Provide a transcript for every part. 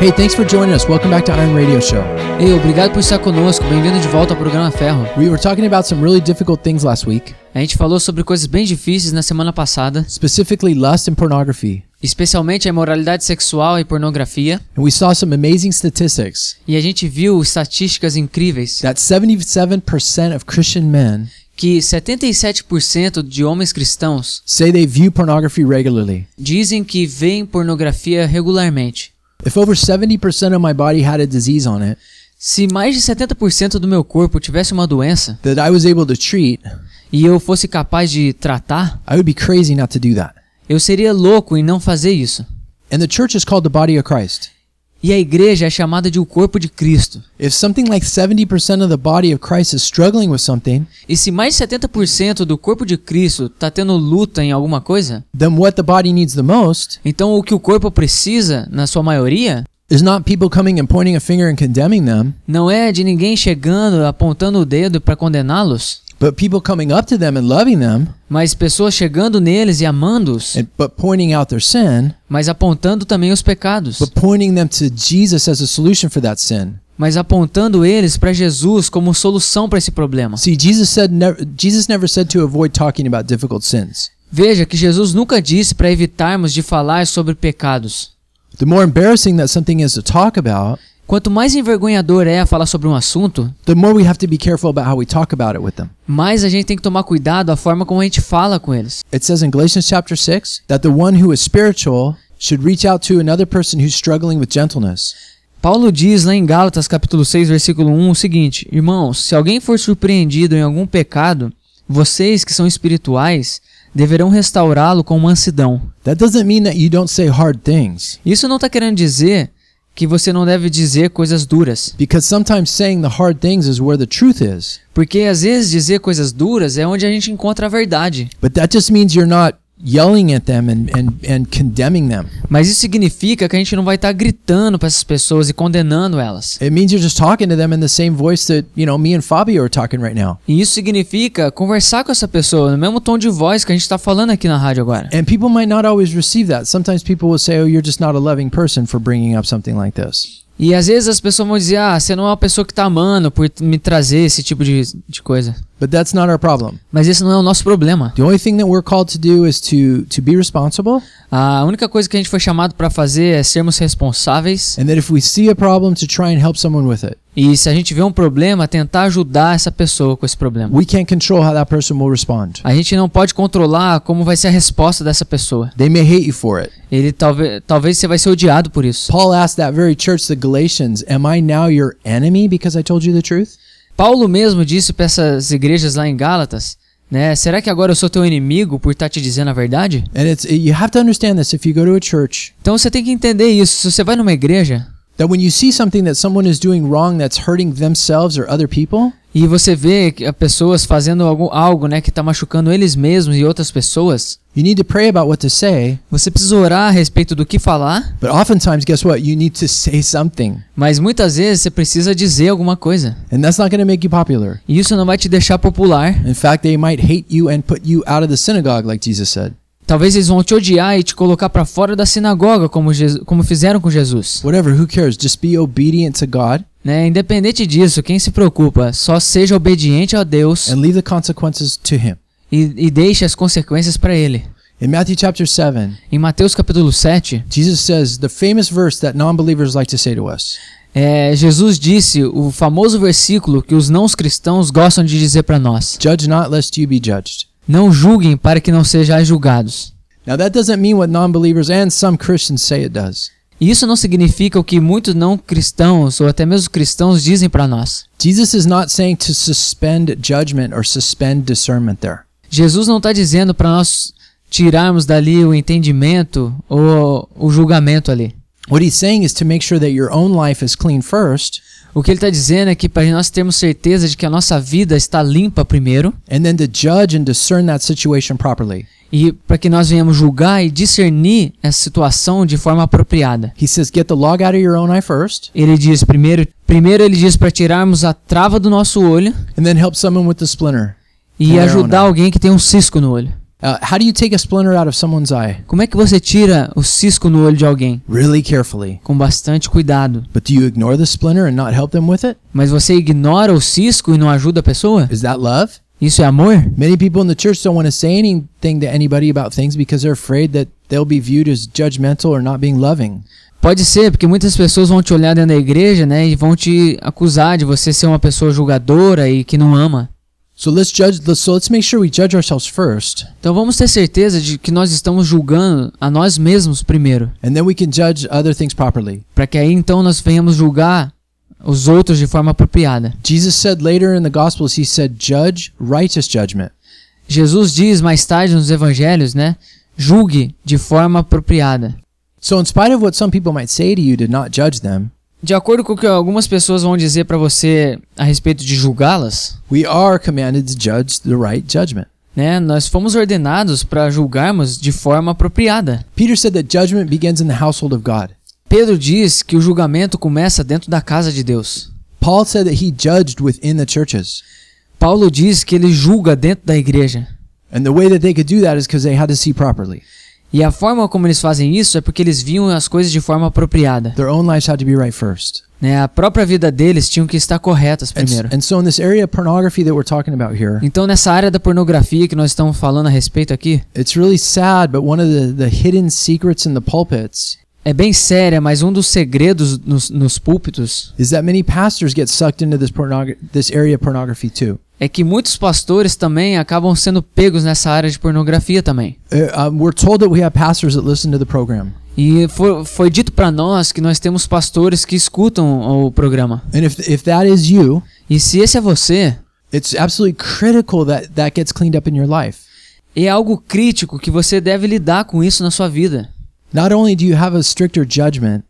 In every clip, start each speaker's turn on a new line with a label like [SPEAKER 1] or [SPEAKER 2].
[SPEAKER 1] Hey, thanks for joining us. Welcome back to Iron Radio Show.
[SPEAKER 2] Ei, obrigado por estar conosco. Bem-vindo de volta ao programa Ferro.
[SPEAKER 1] We were talking about some really difficult things last week,
[SPEAKER 2] A gente falou sobre coisas bem difíceis na semana passada,
[SPEAKER 1] specifically lust and pornography.
[SPEAKER 2] especialmente a imoralidade sexual e pornografia,
[SPEAKER 1] And we saw some amazing statistics
[SPEAKER 2] e a gente viu estatísticas incríveis
[SPEAKER 1] that 77% of Christian men
[SPEAKER 2] que 77% de homens cristãos
[SPEAKER 1] say they view pornography regularly.
[SPEAKER 2] dizem que veem pornografia regularmente.
[SPEAKER 1] If over 70% of my body had a disease on it
[SPEAKER 2] Se mais de 70% do meu corpo tivesse uma doença
[SPEAKER 1] that I was able to treat,
[SPEAKER 2] e eu fosse capaz de tratar,
[SPEAKER 1] I would be crazy not to do that.
[SPEAKER 2] eu seria louco em não fazer isso.
[SPEAKER 1] And the church is called the body of Christ.
[SPEAKER 2] E a igreja é chamada de o corpo de Cristo.
[SPEAKER 1] If something like 70% of the body of Christ is struggling with something,
[SPEAKER 2] E se mais de 70% do corpo de Cristo está tendo luta em alguma coisa,
[SPEAKER 1] then what the body needs the most
[SPEAKER 2] então o que o corpo precisa, na sua maioria,
[SPEAKER 1] is not people coming and pointing a finger and condemning them,
[SPEAKER 2] não é de ninguém chegando, apontando o dedo para condená-los,
[SPEAKER 1] but people coming up to them and loving them,
[SPEAKER 2] mas pessoas chegando neles e amando-os,
[SPEAKER 1] and, but pointing out their sin,
[SPEAKER 2] mas apontando também os pecados,
[SPEAKER 1] but pointing them to Jesus as a solution for that sin.
[SPEAKER 2] mas apontando eles para Jesus como solução para esse problema.
[SPEAKER 1] See, Jesus said never, Jesus never said to avoid talking about difficult sins.
[SPEAKER 2] Veja que Jesus nunca disse para evitarmos de falar sobre pecados.
[SPEAKER 1] The more embarrassing that something is to talk about,
[SPEAKER 2] Quanto mais envergonhador é falar sobre um assunto,
[SPEAKER 1] the more we have to be careful about how we talk about it with them.
[SPEAKER 2] mais a gente tem que tomar cuidado a forma como a gente fala com eles.
[SPEAKER 1] It says in Galatians chapter 6 that the one who is spiritual should reach out to another person who's struggling with gentleness.
[SPEAKER 2] Paulo diz lá em Gálatas capítulo 6, versículo 1 o seguinte: Irmãos, se alguém for surpreendido em algum pecado, vocês que são espirituais deverão restaurá-lo com mansidão.
[SPEAKER 1] That doesn't mean that you don't say hard things,
[SPEAKER 2] Isso não está querendo dizer que você não deve dizer coisas duras,
[SPEAKER 1] because sometimes saying the hard things is where the truth is.
[SPEAKER 2] porque às vezes dizer coisas duras é onde a gente encontra a verdade.
[SPEAKER 1] But that just means you're not yelling at them and, and, and condemning them.
[SPEAKER 2] Mas isso significa que a gente não vai estar gritando para essas pessoas e condenando elas.
[SPEAKER 1] It means you're just talking to them in the same voice that, you know, me and Fabio are talking right now.
[SPEAKER 2] E isso significa conversar com essa pessoa no mesmo tom de voz que a gente está falando aqui na rádio agora.
[SPEAKER 1] And people might not always receive that. Sometimes people will say, oh, you're just not a loving person for bringing up something like this.
[SPEAKER 2] E às vezes as pessoas vão dizer, ah, você não é uma pessoa que tá amando por me trazer esse tipo de, de coisa.
[SPEAKER 1] But that's not our problem.
[SPEAKER 2] Mas esse não é o nosso problema.
[SPEAKER 1] The only thing that we're called to do is to, to be responsible.
[SPEAKER 2] A única coisa que a gente foi chamado para fazer é sermos responsáveis.
[SPEAKER 1] And that if we see a problem, to try and help someone with it.
[SPEAKER 2] E se a gente vê um problema, tentar ajudar essa pessoa com esse problema.
[SPEAKER 1] We can't control how that person will respond.
[SPEAKER 2] A gente não pode controlar como vai ser a resposta dessa pessoa.
[SPEAKER 1] They may hate you for it.
[SPEAKER 2] Ele talvez, talvez você vai ser odiado por isso.
[SPEAKER 1] Paul asked that very church, the Galatians, Am I now your enemy because I told you the truth?
[SPEAKER 2] Paulo mesmo disse para essas igrejas lá em Gálatas, né? Será que agora eu sou teu inimigo por estar te dizendo a verdade?
[SPEAKER 1] And it's you have to understand this if you go to a church
[SPEAKER 2] Então você tem que entender isso. Se você vai numa igreja,
[SPEAKER 1] that when you see something that someone is doing wrong that's hurting themselves or other people,
[SPEAKER 2] E você vê que a pessoas fazendo algo, algo né, que está machucando eles mesmos e outras pessoas.
[SPEAKER 1] you need to pray about what to say.
[SPEAKER 2] Você precisa orar a respeito do que falar,
[SPEAKER 1] But oftentimes, guess what? You need to say something,
[SPEAKER 2] mas muitas vezes você precisa dizer alguma coisa.
[SPEAKER 1] and that's not going to make you popular.
[SPEAKER 2] E isso não vai te deixar popular.
[SPEAKER 1] In fact, they might hate you and put you out of the synagogue, like Jesus said.
[SPEAKER 2] Talvez eles vão te odiar e te colocar para fora da sinagoga, como, Jesus, como fizeram com Jesus.
[SPEAKER 1] Whatever, who cares? Just be obedient to God
[SPEAKER 2] Né? Independente disso, quem se preocupa, só seja obediente a Deus
[SPEAKER 1] and leave the consequences to Him.
[SPEAKER 2] e, e deixe as consequências para Ele.
[SPEAKER 1] In Matthew chapter 7,
[SPEAKER 2] Em Mateus capítulo 7,
[SPEAKER 1] Jesus says the famous verse that non believers like to say to us
[SPEAKER 2] é, Jesus disse o famoso versículo que os não cristãos gostam de dizer para nós.
[SPEAKER 1] Judge not, lest you be judged.
[SPEAKER 2] Não julguem para que não sejais julgados.
[SPEAKER 1] Now, that doesn't mean what non believers and some Christians say it does.
[SPEAKER 2] E Isso não significa o que muitos não cristãos ou até mesmo cristãos dizem para nós.
[SPEAKER 1] Jesus is not saying to suspend judgment or suspend discernment there.
[SPEAKER 2] Jesus não está dizendo para nós tirarmos dali o entendimento ou o julgamento ali.
[SPEAKER 1] What he's saying is to make sure that your own life is clean first,
[SPEAKER 2] O que ele está dizendo é que para nós termos certeza de que a nossa vida está limpa primeiro
[SPEAKER 1] and then to judge and discern that situation properly.
[SPEAKER 2] e para que nós venhamos julgar e discernir essa situação de forma apropriada.
[SPEAKER 1] He says, get the log out of your own eye first,
[SPEAKER 2] Ele diz primeiro, primeiro ele diz para tirarmos a trava do nosso olho
[SPEAKER 1] and then help someone with the splinter.
[SPEAKER 2] e
[SPEAKER 1] Or,
[SPEAKER 2] ajudar
[SPEAKER 1] né?
[SPEAKER 2] alguém que tem um cisco no olho.
[SPEAKER 1] Uh, how do you take a splinter out of someone's eye?
[SPEAKER 2] Como é que você tira o cisco no olho de alguém?
[SPEAKER 1] Really carefully.
[SPEAKER 2] Com bastante cuidado.
[SPEAKER 1] But do you ignore the splinter and not help them with it?
[SPEAKER 2] Mas você ignora o cisco e não ajuda a pessoa?
[SPEAKER 1] Is that love?
[SPEAKER 2] Isso é amor?
[SPEAKER 1] Many people in the church don't want to say anything to anybody about things because they're afraid that they'll be viewed as judgmental or not being loving.
[SPEAKER 2] Pode ser, porque muitas pessoas vão te olhar dentro da igreja, né, e vão te acusar de você ser uma pessoa julgadora e que não ama.
[SPEAKER 1] So let's judge. Let's, so let's make sure we judge ourselves first,
[SPEAKER 2] Então vamos ter certeza de que nós estamos julgando a nós mesmos primeiro,
[SPEAKER 1] and then we can judge other things properly.
[SPEAKER 2] para que aí então nós venhamos julgar os outros de forma apropriada.
[SPEAKER 1] Jesus said later in the Gospels, he said, "Judge righteous judgment."
[SPEAKER 2] Jesus diz mais tarde nos evangelhos, né, julgue de forma apropriada.
[SPEAKER 1] So in spite of what some people might say to you to not judge them,
[SPEAKER 2] De acordo com o que algumas pessoas vão dizer para você a respeito de julgá-las,
[SPEAKER 1] we are commanded to judge the right judgment.
[SPEAKER 2] né, nós fomos ordenados para julgarmos de forma apropriada.
[SPEAKER 1] Peter said that judgment begins in the household of God.
[SPEAKER 2] Pedro diz que o julgamento começa dentro da casa de Deus.
[SPEAKER 1] Paul said that he judged within the churches.
[SPEAKER 2] Paulo diz que ele julga dentro da igreja.
[SPEAKER 1] And the way that they could do that is because they had to see properly.
[SPEAKER 2] E a forma como eles fazem isso é porque eles viam as coisas de forma apropriada.
[SPEAKER 1] Their own lives had to be right first.
[SPEAKER 2] Né? A própria vida deles tinha que estar corretas
[SPEAKER 1] And,
[SPEAKER 2] primeiro.
[SPEAKER 1] and so, in this area of pornography that we're talking about here,
[SPEAKER 2] Então, nessa área da pornografia que nós estamos falando a respeito aqui,
[SPEAKER 1] it's really sad, but one of the, the hidden secrets in the pulpits
[SPEAKER 2] é bem séria, mas um dos segredos nos, nos púlpitos
[SPEAKER 1] is that many pastors get sucked into this, pornog- this area of pornography too.
[SPEAKER 2] é que muitos pastores também acabam sendo pegos nessa área de pornografia também.
[SPEAKER 1] Uh, um, we're told that we have pastors that listen to the program.
[SPEAKER 2] E foi, foi dito para nós que nós temos pastores que escutam o programa.
[SPEAKER 1] And if, if that is you,
[SPEAKER 2] E se esse é você,
[SPEAKER 1] it's absolutely critical that that gets cleaned up in your life.
[SPEAKER 2] é algo crítico que você deve lidar com isso na sua vida.
[SPEAKER 1] Not only do you have a stricter judgment,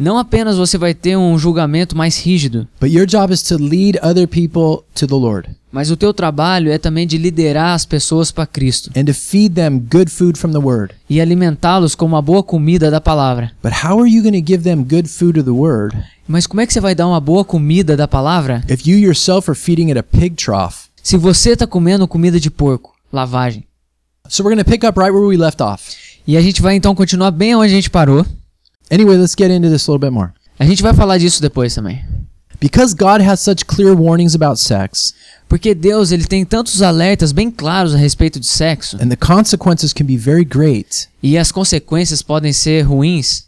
[SPEAKER 2] Não apenas você vai ter um julgamento mais rígido,
[SPEAKER 1] but your job is to lead other people to the Lord
[SPEAKER 2] mas o teu trabalho é também de liderar as pessoas para Cristo
[SPEAKER 1] and to feed them good food from the Word.
[SPEAKER 2] e alimentá-los com uma boa comida da palavra.
[SPEAKER 1] But how are you going to give them good food of the Word
[SPEAKER 2] Mas como é que você vai dar uma boa comida da palavra
[SPEAKER 1] if you yourself are feeding at a pig trough?
[SPEAKER 2] se você está comendo comida de porco, lavagem?
[SPEAKER 1] So we're going to pick up right where we left off.
[SPEAKER 2] E a gente vai então continuar bem onde a gente parou.
[SPEAKER 1] Anyway, let's get into this a little bit more.
[SPEAKER 2] A gente vai falar disso depois também.
[SPEAKER 1] Because God has such clear warnings about sex,
[SPEAKER 2] Porque Deus ele tem tantos alertas bem claros a respeito de sexo
[SPEAKER 1] and the consequences can be very great,
[SPEAKER 2] e as consequências podem ser ruins.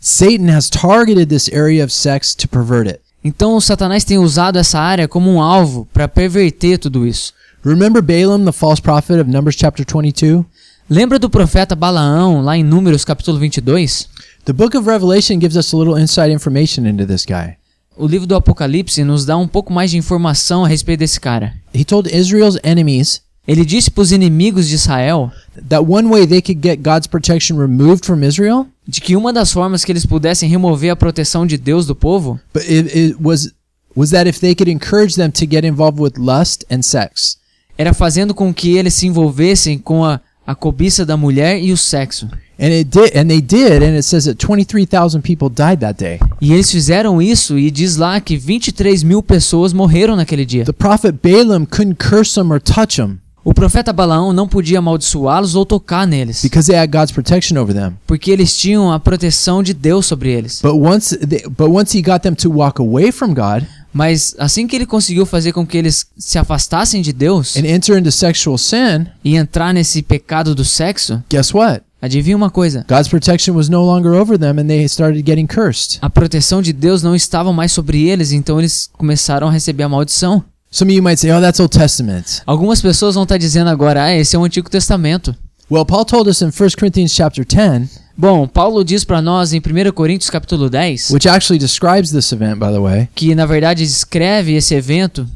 [SPEAKER 1] Satan has targeted this area of sex to pervert it.
[SPEAKER 2] Então o Satanás tem usado essa área como um alvo para perverter tudo isso.
[SPEAKER 1] Remember Balaam, the false prophet of Numbers chapter 22?
[SPEAKER 2] Lembra do profeta Balaão lá em Números capítulo 22?
[SPEAKER 1] The book of Revelation gives us a little inside information into this guy.
[SPEAKER 2] O livro do Apocalipse nos dá um pouco mais de informação a respeito desse cara.
[SPEAKER 1] He told Israel's enemies
[SPEAKER 2] Ele disse para os inimigos de Israel
[SPEAKER 1] that one way they could get God's protection removed from Israel
[SPEAKER 2] de que uma das formas que eles pudessem remover a proteção de Deus do povo
[SPEAKER 1] but it, it was was that if they could encourage them to get involved with lust and sex.
[SPEAKER 2] era fazendo com que eles se envolvessem com a, a cobiça da mulher e o sexo.
[SPEAKER 1] And it did and they did and it says that 23,000 people died that day.
[SPEAKER 2] E eles fizeram isso e diz lá que 23 mil pessoas morreram naquele dia.
[SPEAKER 1] The prophet Balaam couldn't curse them or touch them
[SPEAKER 2] O profeta Balaão não podia amaldiçoá-los ou tocar neles,
[SPEAKER 1] because they had God's protection over them.
[SPEAKER 2] porque eles tinham a proteção de Deus sobre eles.
[SPEAKER 1] But once they, but once he got them to walk away from God
[SPEAKER 2] Mas assim que ele conseguiu fazer com que eles se afastassem de Deus
[SPEAKER 1] and enter into sexual sin,
[SPEAKER 2] e entrar nesse pecado do sexo,
[SPEAKER 1] guess what?
[SPEAKER 2] adivinha uma coisa?
[SPEAKER 1] God's protection was no longer over them and they started getting cursed.
[SPEAKER 2] A proteção de Deus não estava mais sobre eles, então eles começaram a receber a maldição.
[SPEAKER 1] Some of you might say, "Oh, that's Old Testament."
[SPEAKER 2] Algumas pessoas vão estar dizendo agora, ah, esse é o Antigo Testamento.
[SPEAKER 1] Well, Paul told us in 1 Corinthians chapter 10,
[SPEAKER 2] Bom, Paulo diz para nós em 1 Coríntios capítulo 10,
[SPEAKER 1] which actually describes this event by the way,
[SPEAKER 2] que na verdade descreve esse evento,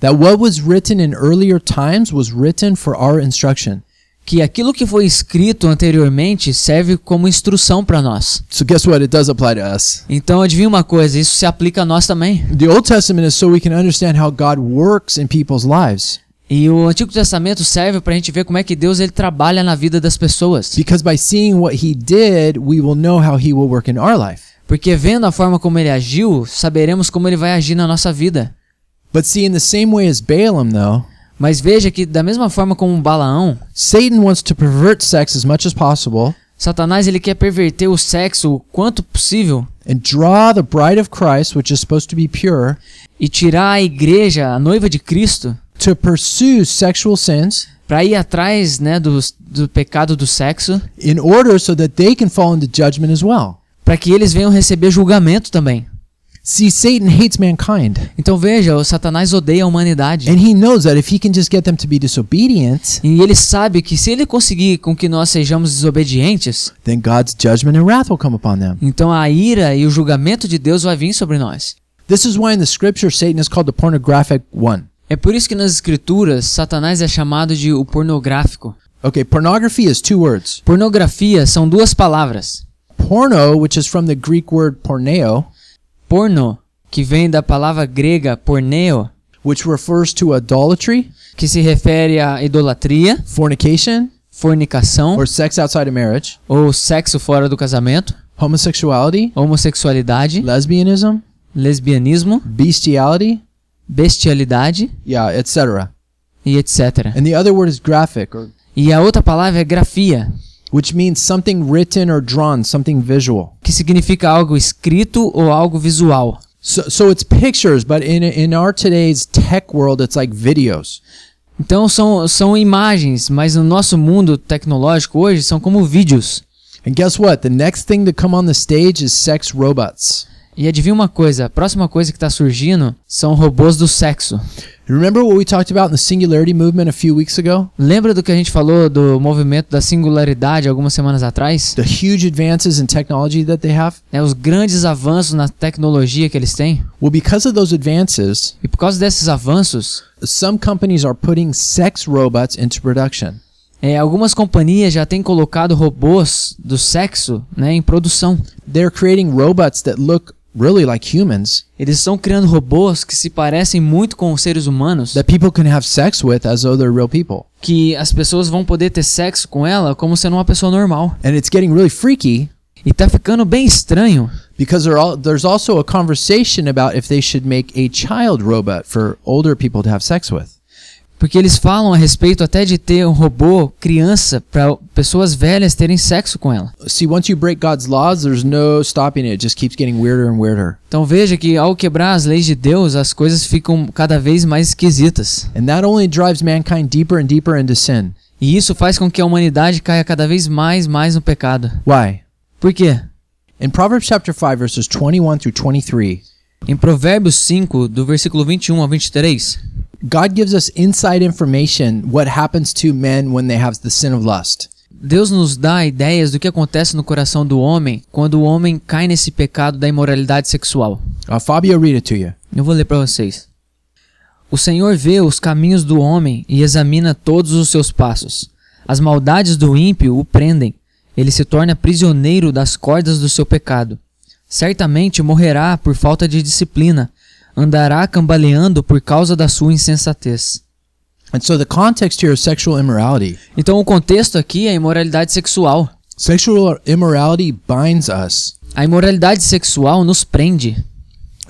[SPEAKER 1] that what was written in earlier times was written for our instruction.
[SPEAKER 2] que aquilo que foi escrito anteriormente serve como instrução para nós.
[SPEAKER 1] So guess what? It does apply to us.
[SPEAKER 2] Então adivinha uma coisa, isso se aplica a nós também.
[SPEAKER 1] The Old Testament is so we can understand how God works in people's lives
[SPEAKER 2] E o Antigo Testamento serve para a gente ver como é que Deus ele trabalha na vida das pessoas.
[SPEAKER 1] because by seeing what he did, we will know how he will work in our life.
[SPEAKER 2] Porque vendo a forma como ele agiu, saberemos como ele vai agir na nossa vida.
[SPEAKER 1] But see, in the same way as Balaam, though,
[SPEAKER 2] Mas veja que, da mesma forma como um Balaão,
[SPEAKER 1] Satan wants to pervert sex as much as possible
[SPEAKER 2] Satanás ele quer perverter o sexo o quanto possível
[SPEAKER 1] and draw the bride of Christ, which is supposed to be pure,
[SPEAKER 2] e tirar a igreja, a noiva de Cristo,
[SPEAKER 1] to pursue sexual sins
[SPEAKER 2] para ir atrás né, do, do pecado do sexo,
[SPEAKER 1] in order so that they can fall into judgment as well.
[SPEAKER 2] para que eles venham receber julgamento também.
[SPEAKER 1] See, Satan hates mankind,
[SPEAKER 2] Então veja, o Satanás odeia a humanidade.
[SPEAKER 1] and he knows that if he can just get them to be disobedient,
[SPEAKER 2] E ele sabe que se ele conseguir com que nós sejamos desobedientes,
[SPEAKER 1] then God's judgment and wrath will come upon them.
[SPEAKER 2] então a ira e o julgamento de Deus vai vir sobre nós.
[SPEAKER 1] This is why in the scripture Satan is called the pornographic one.
[SPEAKER 2] É por isso que nas escrituras Satanás é chamado de o pornográfico.
[SPEAKER 1] Okay, pornography is two words.
[SPEAKER 2] Pornografia são duas palavras.
[SPEAKER 1] Porno, which is from the Greek word porneo,
[SPEAKER 2] Porno, que vem da palavra grega porneo,
[SPEAKER 1] which refers to idolatry,
[SPEAKER 2] que se refere à idolatria,
[SPEAKER 1] fornication,
[SPEAKER 2] fornicação
[SPEAKER 1] or sex outside of marriage,
[SPEAKER 2] ou sexo fora do casamento,
[SPEAKER 1] homosexuality,
[SPEAKER 2] homossexualidade,
[SPEAKER 1] lesbianism,
[SPEAKER 2] lesbianismo,
[SPEAKER 1] bestiality,
[SPEAKER 2] bestialidade
[SPEAKER 1] yeah, etc.
[SPEAKER 2] e etc.
[SPEAKER 1] And the other word is graphic, or,
[SPEAKER 2] E a outra palavra é grafia,
[SPEAKER 1] which means something written or drawn, something visual.
[SPEAKER 2] que significa algo escrito ou algo visual.
[SPEAKER 1] So, so it's pictures, but in in our today's tech world, it's like videos.
[SPEAKER 2] Então são, são imagens, mas no nosso mundo tecnológico hoje são como vídeos.
[SPEAKER 1] And guess what? The next thing to come on the stage is sex robots.
[SPEAKER 2] E adivinha uma coisa, a próxima coisa que está surgindo são robôs do sexo.
[SPEAKER 1] Remember what we talked about in the singularity movement a few weeks ago?
[SPEAKER 2] Lembra do que a gente falou do movimento da singularidade algumas semanas atrás?
[SPEAKER 1] The huge advances in technology that they have?
[SPEAKER 2] Né, os grandes avanços na tecnologia que eles têm.
[SPEAKER 1] Well, because of those advances,
[SPEAKER 2] E por causa desses avanços,
[SPEAKER 1] some companies are putting sex robots into production.
[SPEAKER 2] é, algumas companhias já têm colocado robôs do sexo né, em produção.
[SPEAKER 1] They're creating robots that look really like humans
[SPEAKER 2] Eles estão criando robôs que se parecem muito com os seres humanos,
[SPEAKER 1] that people can have sex with as though they're real people.
[SPEAKER 2] que as pessoas vão poder ter sexo com ela como sendo uma pessoa normal.
[SPEAKER 1] And it's getting really freaky
[SPEAKER 2] E tá ficando bem estranho,
[SPEAKER 1] because there all, there's also a conversation about if they should make a child robot for older people to have sex with.
[SPEAKER 2] porque eles falam a respeito até de ter um robô criança para pessoas velhas terem sexo com ela.
[SPEAKER 1] See, once you break God's laws, there's no stopping it. It just keeps getting weirder and weirder.
[SPEAKER 2] Então veja que ao quebrar as leis de Deus, as coisas ficam cada vez mais esquisitas.
[SPEAKER 1] And that only drives mankind deeper and deeper into sin.
[SPEAKER 2] E isso faz com que a humanidade caia cada vez mais mais no pecado.
[SPEAKER 1] Why?
[SPEAKER 2] Por quê?
[SPEAKER 1] In Proverbs chapter 5 verses 21 through 23,
[SPEAKER 2] Em Provérbios 5, do versículo 21 ao 23,
[SPEAKER 1] God gives us inside information what happens to men when they have the sin of lust.
[SPEAKER 2] Deus nos dá ideias do que acontece no coração do homem quando o homem cai nesse pecado da imoralidade sexual.
[SPEAKER 1] Uh, Fabio, read it to you.
[SPEAKER 2] Eu vou ler para vocês. O Senhor vê os caminhos do homem e examina todos os seus passos. As maldades do ímpio o prendem. Ele se torna prisioneiro das cordas do seu pecado. Certamente morrerá por falta de disciplina. Andará cambaleando por causa da sua insensatez.
[SPEAKER 1] And so the context here is sexual immorality.
[SPEAKER 2] Então, o contexto aqui é a imoralidade sexual.
[SPEAKER 1] Sexual immorality binds us.
[SPEAKER 2] A imoralidade sexual nos prende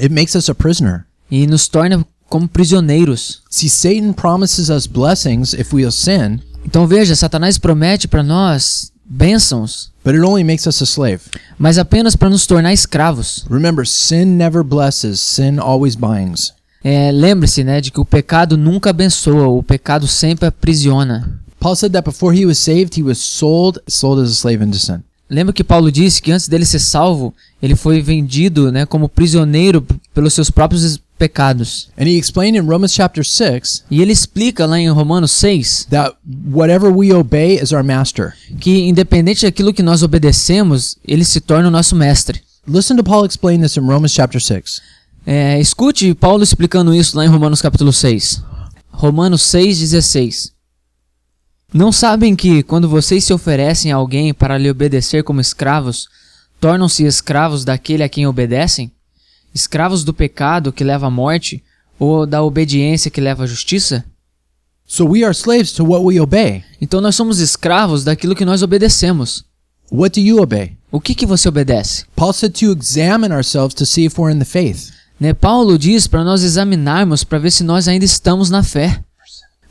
[SPEAKER 1] It makes us a prisoner.
[SPEAKER 2] e nos torna como prisioneiros.
[SPEAKER 1] See, Satan promises us blessings if we'll sin,
[SPEAKER 2] Então, veja: Satanás promete para nós bênçãos
[SPEAKER 1] but it only makes us a slave.
[SPEAKER 2] mas apenas para nos tornar escravos.
[SPEAKER 1] Remember, sin never blesses, sin always binds.
[SPEAKER 2] É, Lembre-se né, de que o pecado nunca abençoa, o pecado sempre aprisiona.
[SPEAKER 1] Paul said that before he was saved, he was sold, sold as a slave into sin.
[SPEAKER 2] Lembra que Paulo disse que antes dele ser salvo, ele foi vendido né, como prisioneiro p- pelos seus próprios es- pecados.
[SPEAKER 1] And he explained in Romans chapter 6
[SPEAKER 2] E ele explica lá em Romanos 6
[SPEAKER 1] that whatever we obey is our master.
[SPEAKER 2] que, independente daquilo que nós obedecemos, ele se torna o nosso mestre.
[SPEAKER 1] Listen to Paul explain this in Romans chapter 6.
[SPEAKER 2] É, escute Paulo explicando isso lá em Romanos capítulo 6. Romanos 6,16 Não sabem que, quando vocês se oferecem a alguém para lhe obedecer como escravos, tornam-se escravos daquele a quem obedecem? Escravos do pecado que leva à morte, ou da obediência que leva à justiça?
[SPEAKER 1] So we are slaves to what we obey.
[SPEAKER 2] Então nós somos escravos daquilo que nós obedecemos.
[SPEAKER 1] What do you obey?
[SPEAKER 2] O que, que você obedece?
[SPEAKER 1] Paul said to examine ourselves to see if we're in the faith.
[SPEAKER 2] Né, Paulo diz para nós examinarmos para ver se nós ainda estamos na fé.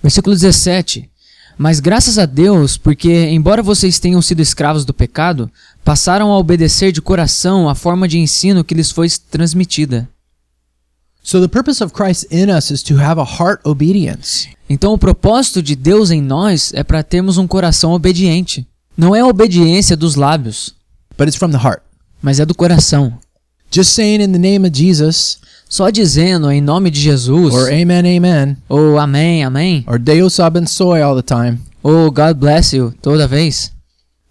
[SPEAKER 2] Versículo 17. Mas graças a Deus, porque, embora vocês tenham sido escravos do pecado, passaram a obedecer de coração a forma de ensino que lhes foi transmitida.
[SPEAKER 1] So the purpose of Christ in us is to have a heart obedience.
[SPEAKER 2] Então, o propósito de Deus em nós é para termos um coração obediente. Não é a obediência dos lábios,
[SPEAKER 1] but it's from the heart.
[SPEAKER 2] mas é do coração.
[SPEAKER 1] Just saying in the name of Jesus
[SPEAKER 2] Só dizendo em nome de Jesus,
[SPEAKER 1] or amen, amen,
[SPEAKER 2] ou amém, amém,
[SPEAKER 1] or Deus abençoe all the time,
[SPEAKER 2] ou God bless you toda vez,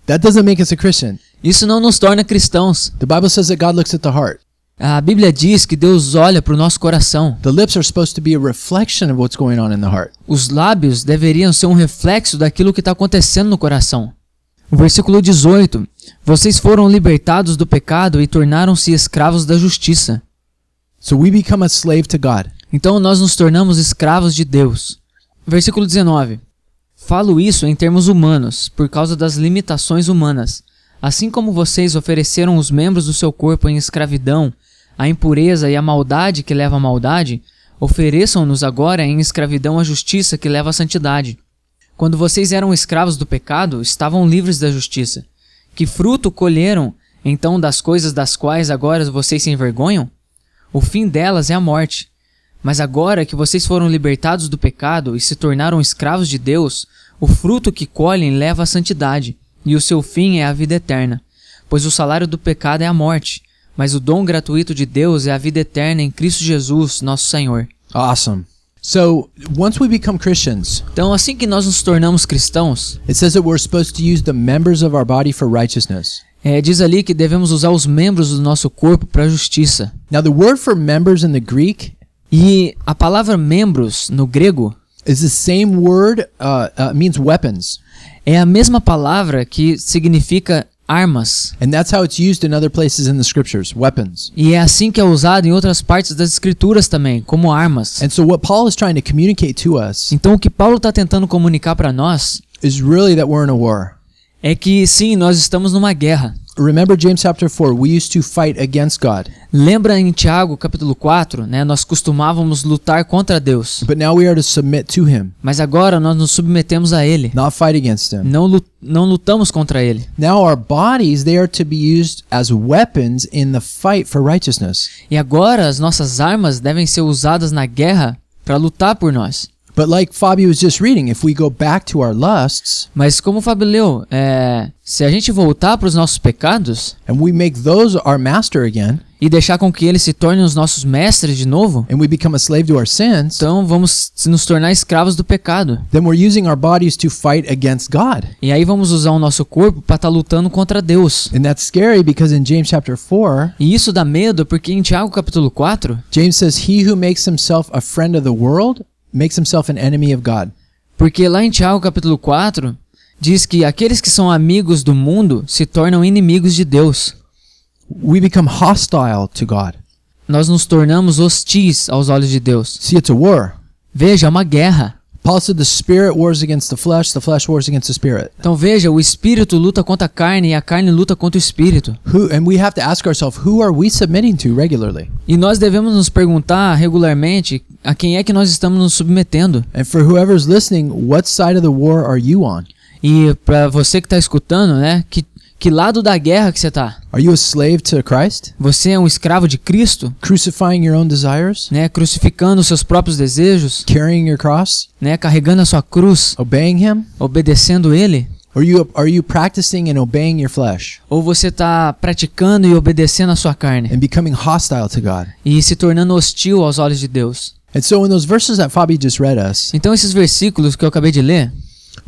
[SPEAKER 1] that doesn't make us a Christian.
[SPEAKER 2] isso não nos torna cristãos.
[SPEAKER 1] The Bible says that God looks at the heart.
[SPEAKER 2] A Bíblia diz que Deus olha para o nosso coração.
[SPEAKER 1] The lips are supposed to be a reflection of what's going on in the heart.
[SPEAKER 2] Os lábios deveriam ser um reflexo daquilo que está acontecendo no coração. O versículo 18: Vocês foram libertados do pecado e tornaram-se escravos da justiça.
[SPEAKER 1] So we become a slave to God.
[SPEAKER 2] Então nós nos tornamos escravos de Deus. Versículo 19. Falo isso em termos humanos, por causa das limitações humanas. Assim como vocês ofereceram os membros do seu corpo em escravidão, a impureza e a maldade que leva à maldade, ofereçam-nos agora em escravidão a justiça que leva à santidade. Quando vocês eram escravos do pecado, estavam livres da justiça. Que fruto colheram, então, das coisas das quais agora vocês se envergonham? O fim delas é a morte. Mas agora que vocês foram libertados do pecado e se tornaram escravos de Deus, o fruto que colhem leva à santidade, e o seu fim é a vida eterna. Pois o salário do pecado é a morte, mas o dom gratuito de Deus é a vida eterna em Cristo Jesus, nosso Senhor.
[SPEAKER 1] Awesome. So once we become Christians,
[SPEAKER 2] Então, assim que nós nos tornamos cristãos,
[SPEAKER 1] it says that we're supposed to use the members of our body for righteousness.
[SPEAKER 2] é, diz ali que devemos usar os membros do nosso corpo para a justiça.
[SPEAKER 1] Now the word for members in the Greek
[SPEAKER 2] E a palavra membros, no grego,
[SPEAKER 1] is the same word uh, uh, means weapons,
[SPEAKER 2] é a mesma palavra que significa armas,
[SPEAKER 1] and that's how it's used in other places in the scriptures. Weapons.
[SPEAKER 2] E é assim que é usado em outras partes das escrituras também, como armas.
[SPEAKER 1] And so what Paul is trying to communicate to us
[SPEAKER 2] Então o que Paulo está tentando comunicar para nós
[SPEAKER 1] is really that we're in a war.
[SPEAKER 2] é que sim, nós estamos numa guerra.
[SPEAKER 1] Remember James chapter 4, we used to fight against God,
[SPEAKER 2] Lembra em Tiago capítulo 4, né? Nós costumávamos lutar contra Deus,
[SPEAKER 1] but now we are to submit to him,
[SPEAKER 2] mas agora nós nos submetemos a ele.
[SPEAKER 1] not fight against him.
[SPEAKER 2] Não, lu- não lutamos contra ele.
[SPEAKER 1] Now our bodies they are to be used as weapons in the fight for righteousness.
[SPEAKER 2] E agora as nossas armas devem ser usadas na guerra para lutar por nós.
[SPEAKER 1] But like Fabio was just reading, if we go back to our lusts
[SPEAKER 2] Mas como o Fábio leu, é, se a gente voltar para os nossos pecados
[SPEAKER 1] and we make those our master again
[SPEAKER 2] e deixar com que eles se tornem os nossos mestres de novo,
[SPEAKER 1] and we become a slave to our sins,
[SPEAKER 2] Então vamos se nos tornar escravos do pecado.
[SPEAKER 1] then we're using our bodies to fight against God.
[SPEAKER 2] E aí vamos usar o nosso corpo para estar lutando contra Deus.
[SPEAKER 1] And that's scary because in James chapter 4,
[SPEAKER 2] E isso dá medo porque em Tiago capítulo 4,
[SPEAKER 1] James says, He who makes himself a friend of the world makes himself an enemy of God.
[SPEAKER 2] porque lá em Tiago capítulo 4 diz que aqueles que são amigos do mundo se tornam inimigos de Deus.
[SPEAKER 1] We become hostile to God.
[SPEAKER 2] Nós nos tornamos hostis aos olhos de Deus.
[SPEAKER 1] See, it's a war.
[SPEAKER 2] Veja, é uma guerra.
[SPEAKER 1] Paul said, The spirit wars against the flesh, the flesh wars against the spirit.
[SPEAKER 2] Então veja, o espírito luta contra a carne e a carne luta contra o espírito.
[SPEAKER 1] Who, and we have to ask ourselves, who are we submitting to regularly?
[SPEAKER 2] E nós devemos nos perguntar regularmente a quem é que nós estamos nos submetendo.
[SPEAKER 1] And for whoever's listening, what side of the war are you on?
[SPEAKER 2] E pra você que tá escutando, né? Que, que lado da guerra que você tá?
[SPEAKER 1] Are you a slave to Christ,
[SPEAKER 2] Você é um escravo de Cristo,
[SPEAKER 1] crucifying your own desires,
[SPEAKER 2] né? Crucificando os seus próprios desejos,
[SPEAKER 1] carrying your cross,
[SPEAKER 2] né? Carregando a sua cruz,
[SPEAKER 1] obeying Him?
[SPEAKER 2] obedecendo Ele?
[SPEAKER 1] Or you are you practicing and obeying your flesh
[SPEAKER 2] Ou você tá praticando e obedecendo a sua carne
[SPEAKER 1] and becoming hostile to God?
[SPEAKER 2] e se tornando hostil aos olhos de Deus?
[SPEAKER 1] And so, in those verses that Fabi just read us,
[SPEAKER 2] Então esses versículos que eu acabei de ler,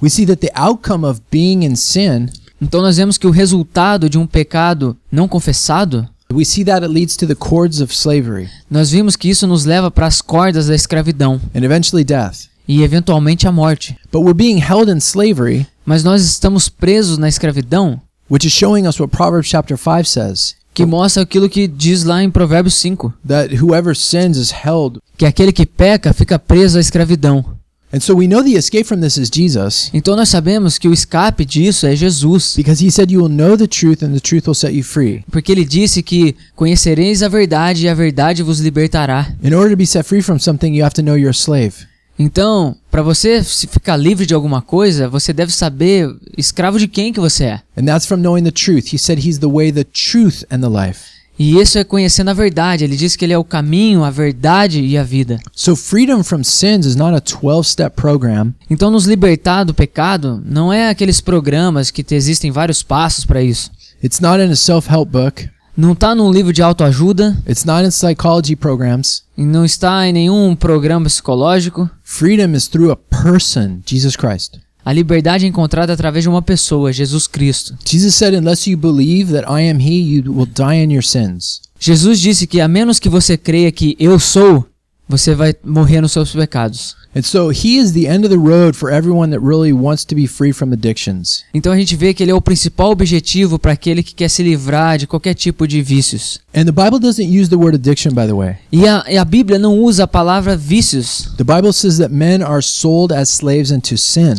[SPEAKER 1] we see that the outcome of being in sin,
[SPEAKER 2] então nós vemos que o resultado de um pecado não confessado,
[SPEAKER 1] we see that it leads to the cords of slavery
[SPEAKER 2] nós vimos que isso nos leva para as cordas da escravidão
[SPEAKER 1] and eventually death.
[SPEAKER 2] e eventualmente a morte.
[SPEAKER 1] But we're being held in slavery,
[SPEAKER 2] Mas nós estamos presos na escravidão
[SPEAKER 1] which is showing us what Proverbs chapter 5 says
[SPEAKER 2] que mostra aquilo que diz lá em Provérbios 5,
[SPEAKER 1] that whoever sins is held.
[SPEAKER 2] que aquele que peca fica preso à escravidão.
[SPEAKER 1] And so we know the escape from this is Jesus
[SPEAKER 2] Então nós sabemos que o escape disso é Jesus,
[SPEAKER 1] because he said, You will know the truth, and the truth will set you free.
[SPEAKER 2] porque ele disse que conhecereis a verdade e a verdade vos libertará.
[SPEAKER 1] In order to be set free from something, you have to know you're a slave.
[SPEAKER 2] Então, para você se ficar livre de alguma coisa, você deve saber escravo de quem que você é.
[SPEAKER 1] And that's from knowing the truth. He said he's the way, the truth, and the life.
[SPEAKER 2] E isso é conhecendo a verdade. Ele diz que ele é o caminho, a verdade e a vida.
[SPEAKER 1] So freedom from sins is not a 12 step program.
[SPEAKER 2] Então, nos libertar do pecado não é aqueles programas que te- existem vários passos para isso.
[SPEAKER 1] It's not in a self help book.
[SPEAKER 2] Não tá num livro de autoajuda,
[SPEAKER 1] It's not in psychology programs.
[SPEAKER 2] e não está em nenhum programa psicológico.
[SPEAKER 1] Freedom is through a person, Jesus Christ.
[SPEAKER 2] A liberdade é encontrada através de uma pessoa, Jesus Cristo.
[SPEAKER 1] Jesus said, Unless you believe that I am He, you will die in your sins.
[SPEAKER 2] Jesus disse que a menos que você creia que eu sou, você vai morrer nos seus pecados.
[SPEAKER 1] And so He is the end of the road for everyone that really wants to be free from addictions.
[SPEAKER 2] Então a gente vê que ele é o principal objetivo para aquele que quer se livrar de qualquer tipo de vícios.
[SPEAKER 1] And the Bible doesn't use the word addiction, by the way.
[SPEAKER 2] E a, e a Bíblia não usa a palavra vícios.
[SPEAKER 1] The Bible says that men are sold as slaves into sin.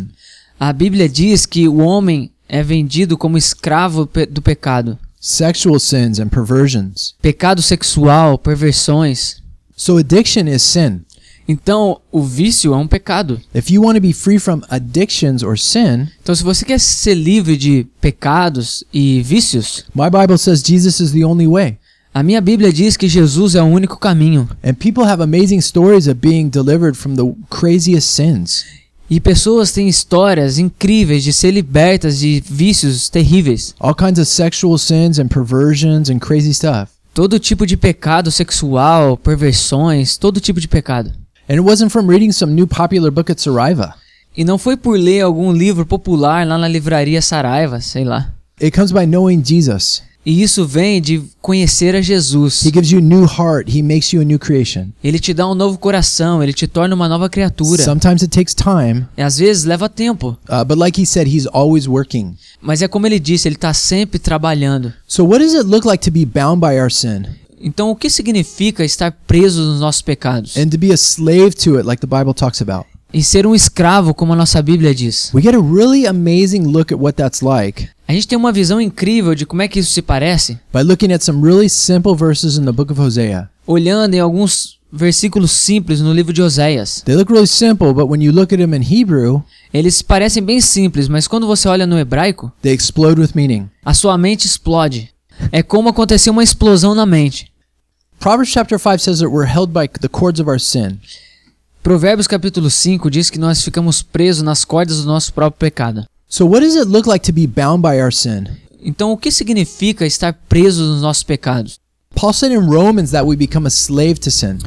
[SPEAKER 2] A Bíblia diz que o homem é vendido como escravo pe- do pecado.
[SPEAKER 1] sexual sins and perversions.
[SPEAKER 2] Pecado sexual, perversões.
[SPEAKER 1] So addiction is sin.
[SPEAKER 2] Então, o vício é um pecado.
[SPEAKER 1] If you want to be free from addictions or sin,
[SPEAKER 2] Então, se você quer ser livre de pecados e vícios,
[SPEAKER 1] my Bible says Jesus is the only way.
[SPEAKER 2] a minha Bíblia diz que Jesus é o único caminho.
[SPEAKER 1] And people have amazing stories of being delivered from the craziest sins.
[SPEAKER 2] E pessoas têm histórias incríveis de ser libertas de vícios terríveis.
[SPEAKER 1] All kinds of sexual sins and perversions and crazy stuff.
[SPEAKER 2] Todo tipo de pecado sexual, perversões, todo tipo de pecado.
[SPEAKER 1] And it wasn't from reading some new popular book at Sariva.
[SPEAKER 2] E não foi por ler algum livro popular lá na livraria Saraiva, sei lá.
[SPEAKER 1] It comes by knowing Jesus.
[SPEAKER 2] E isso vem de conhecer a Jesus.
[SPEAKER 1] He gives you a new heart. He makes you a new creation.
[SPEAKER 2] Ele te dá um novo coração, ele te torna uma nova criatura.
[SPEAKER 1] Sometimes it takes time,
[SPEAKER 2] E às vezes leva tempo,
[SPEAKER 1] uh, but like he said, he's always working.
[SPEAKER 2] mas é como ele disse, ele está sempre trabalhando.
[SPEAKER 1] So, what does it look like to be bound by our sin?
[SPEAKER 2] Então, o que significa estar preso nos nossos pecados?
[SPEAKER 1] and to be a slave to it like the bible talks about
[SPEAKER 2] E ser um escravo, como a nossa Bíblia diz.
[SPEAKER 1] we get a really amazing look at what that's like
[SPEAKER 2] A gente tem uma visão incrível de como é que isso se parece,
[SPEAKER 1] by looking at some really simple verses in the book of hosea
[SPEAKER 2] olhando em alguns versículos simples no livro de Oséias.
[SPEAKER 1] they look really simple but when you look at them in hebrew
[SPEAKER 2] Eles parecem bem simples, mas quando você olha no hebraico,
[SPEAKER 1] they explode with meaning
[SPEAKER 2] a sua mente explode. É como acontecer uma explosão na mente.
[SPEAKER 1] proverbs chapter 5 says that we're held by the cords of our sin
[SPEAKER 2] Provérbios capítulo 5 diz que nós ficamos presos nas cordas do nosso próprio pecado.
[SPEAKER 1] so what does it look like to be bound by our sin
[SPEAKER 2] Então, o que significa estar preso nos nossos pecados?
[SPEAKER 1] paul said in romans that we become a slave to sin